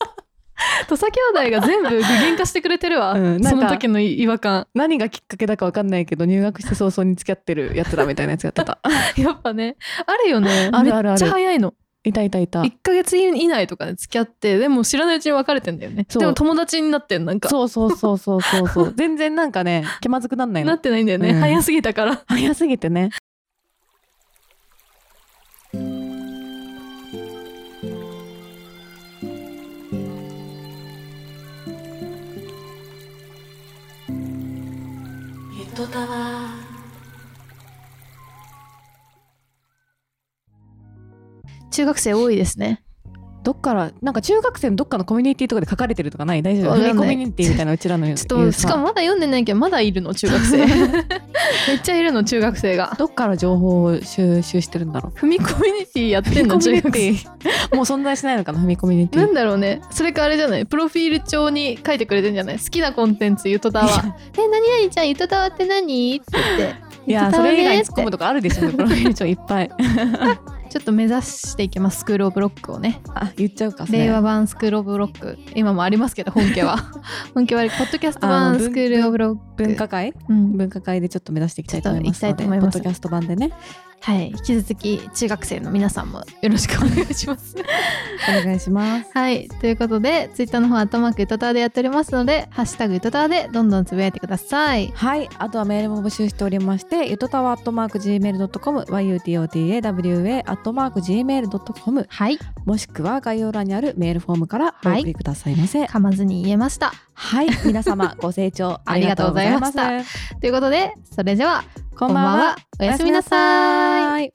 Speaker 3: 土佐兄弟が全部具現化してくれてるわ、
Speaker 4: うんなん
Speaker 3: そ
Speaker 4: か
Speaker 3: の時の違和感
Speaker 4: 何がきっかけだか分かんないけど入学して早々に付き合ってるやつだみたいなやつやってた
Speaker 3: やっぱねあるよね
Speaker 4: あるあるある
Speaker 3: めっちゃ早いの
Speaker 4: いたいたいた
Speaker 3: 1ヶ月以内とかで付き合ってでも知らないうちに別れてんだよね
Speaker 4: そう
Speaker 3: でも友達になってんなんか
Speaker 4: そうそうそうそうそう そう全然なんかね気まずくなんない
Speaker 3: な
Speaker 4: の
Speaker 3: ってないんだよね、
Speaker 4: うん
Speaker 3: 早すぎたから
Speaker 4: 早すぎてね
Speaker 5: ゆとたわ
Speaker 3: 中学生多いですね
Speaker 4: どっからなんか中学生のどっかのコミュニティとかで書かれてるとかない大丈夫
Speaker 3: わ
Speaker 4: フ
Speaker 3: かんな
Speaker 4: リー
Speaker 3: い
Speaker 4: コミュニティみたいなうちらの
Speaker 3: ちょっとしかもまだ読んでないけどまだいるの中学 生めっちゃいるの中学生が
Speaker 4: どっから情報を収集してるんだろう
Speaker 3: 踏みコミュニティやってんの中学生
Speaker 4: ィもう存在しないのかな踏みコミュニテ
Speaker 3: な
Speaker 4: ィ
Speaker 3: んだろうねそれかあれじゃないプロフィール帳に書いてくれてんじゃない好きなコンテンツゆとたわえ何々ちゃんゆとたわって何って言って
Speaker 4: いやそれ以外に突っ込むとかあるで しょプロフィール帳いっぱい
Speaker 3: ちょっと目指していきますスクールオブロックをね
Speaker 4: あ言っちゃうかそれ
Speaker 3: 令和版スクールオブロック今もありますけど本 家は本家はポッドキャス
Speaker 4: あ
Speaker 3: ト
Speaker 4: の
Speaker 3: 版
Speaker 4: 文
Speaker 3: スクールオブロック
Speaker 4: 文化会
Speaker 3: うん
Speaker 4: 文化会でちょっと目指していきたいと思います
Speaker 3: ちょっと行きたいと思います
Speaker 4: ポッドキャスト版でね
Speaker 3: はい引き続き中学生の皆さんもよろしくお願い します
Speaker 4: お願いします
Speaker 3: はいということでツイッターの方頭くゆとたわでやっておりますのでハッシュタグゆとたわでどんどんつぶやいてください
Speaker 4: はいあとはメールも募集しておりましてゆとたわアットマーク Gmail.com yutotawa アットマーク Gmail.com
Speaker 3: はい
Speaker 4: もしくは概要欄にあるメールフォームからお送りくださいませはい、
Speaker 3: 噛まずに言えました
Speaker 4: 皆様ご清聴 あ
Speaker 3: あ
Speaker 4: り
Speaker 3: り
Speaker 4: が
Speaker 3: が
Speaker 4: と
Speaker 3: と
Speaker 4: う
Speaker 3: う
Speaker 4: ご
Speaker 3: ご
Speaker 4: ざ
Speaker 3: ざ
Speaker 4: い
Speaker 3: い
Speaker 4: ま
Speaker 3: ま
Speaker 4: し
Speaker 3: したたということでそれでは
Speaker 4: こんばんは
Speaker 3: おやすみなさい
Speaker 4: い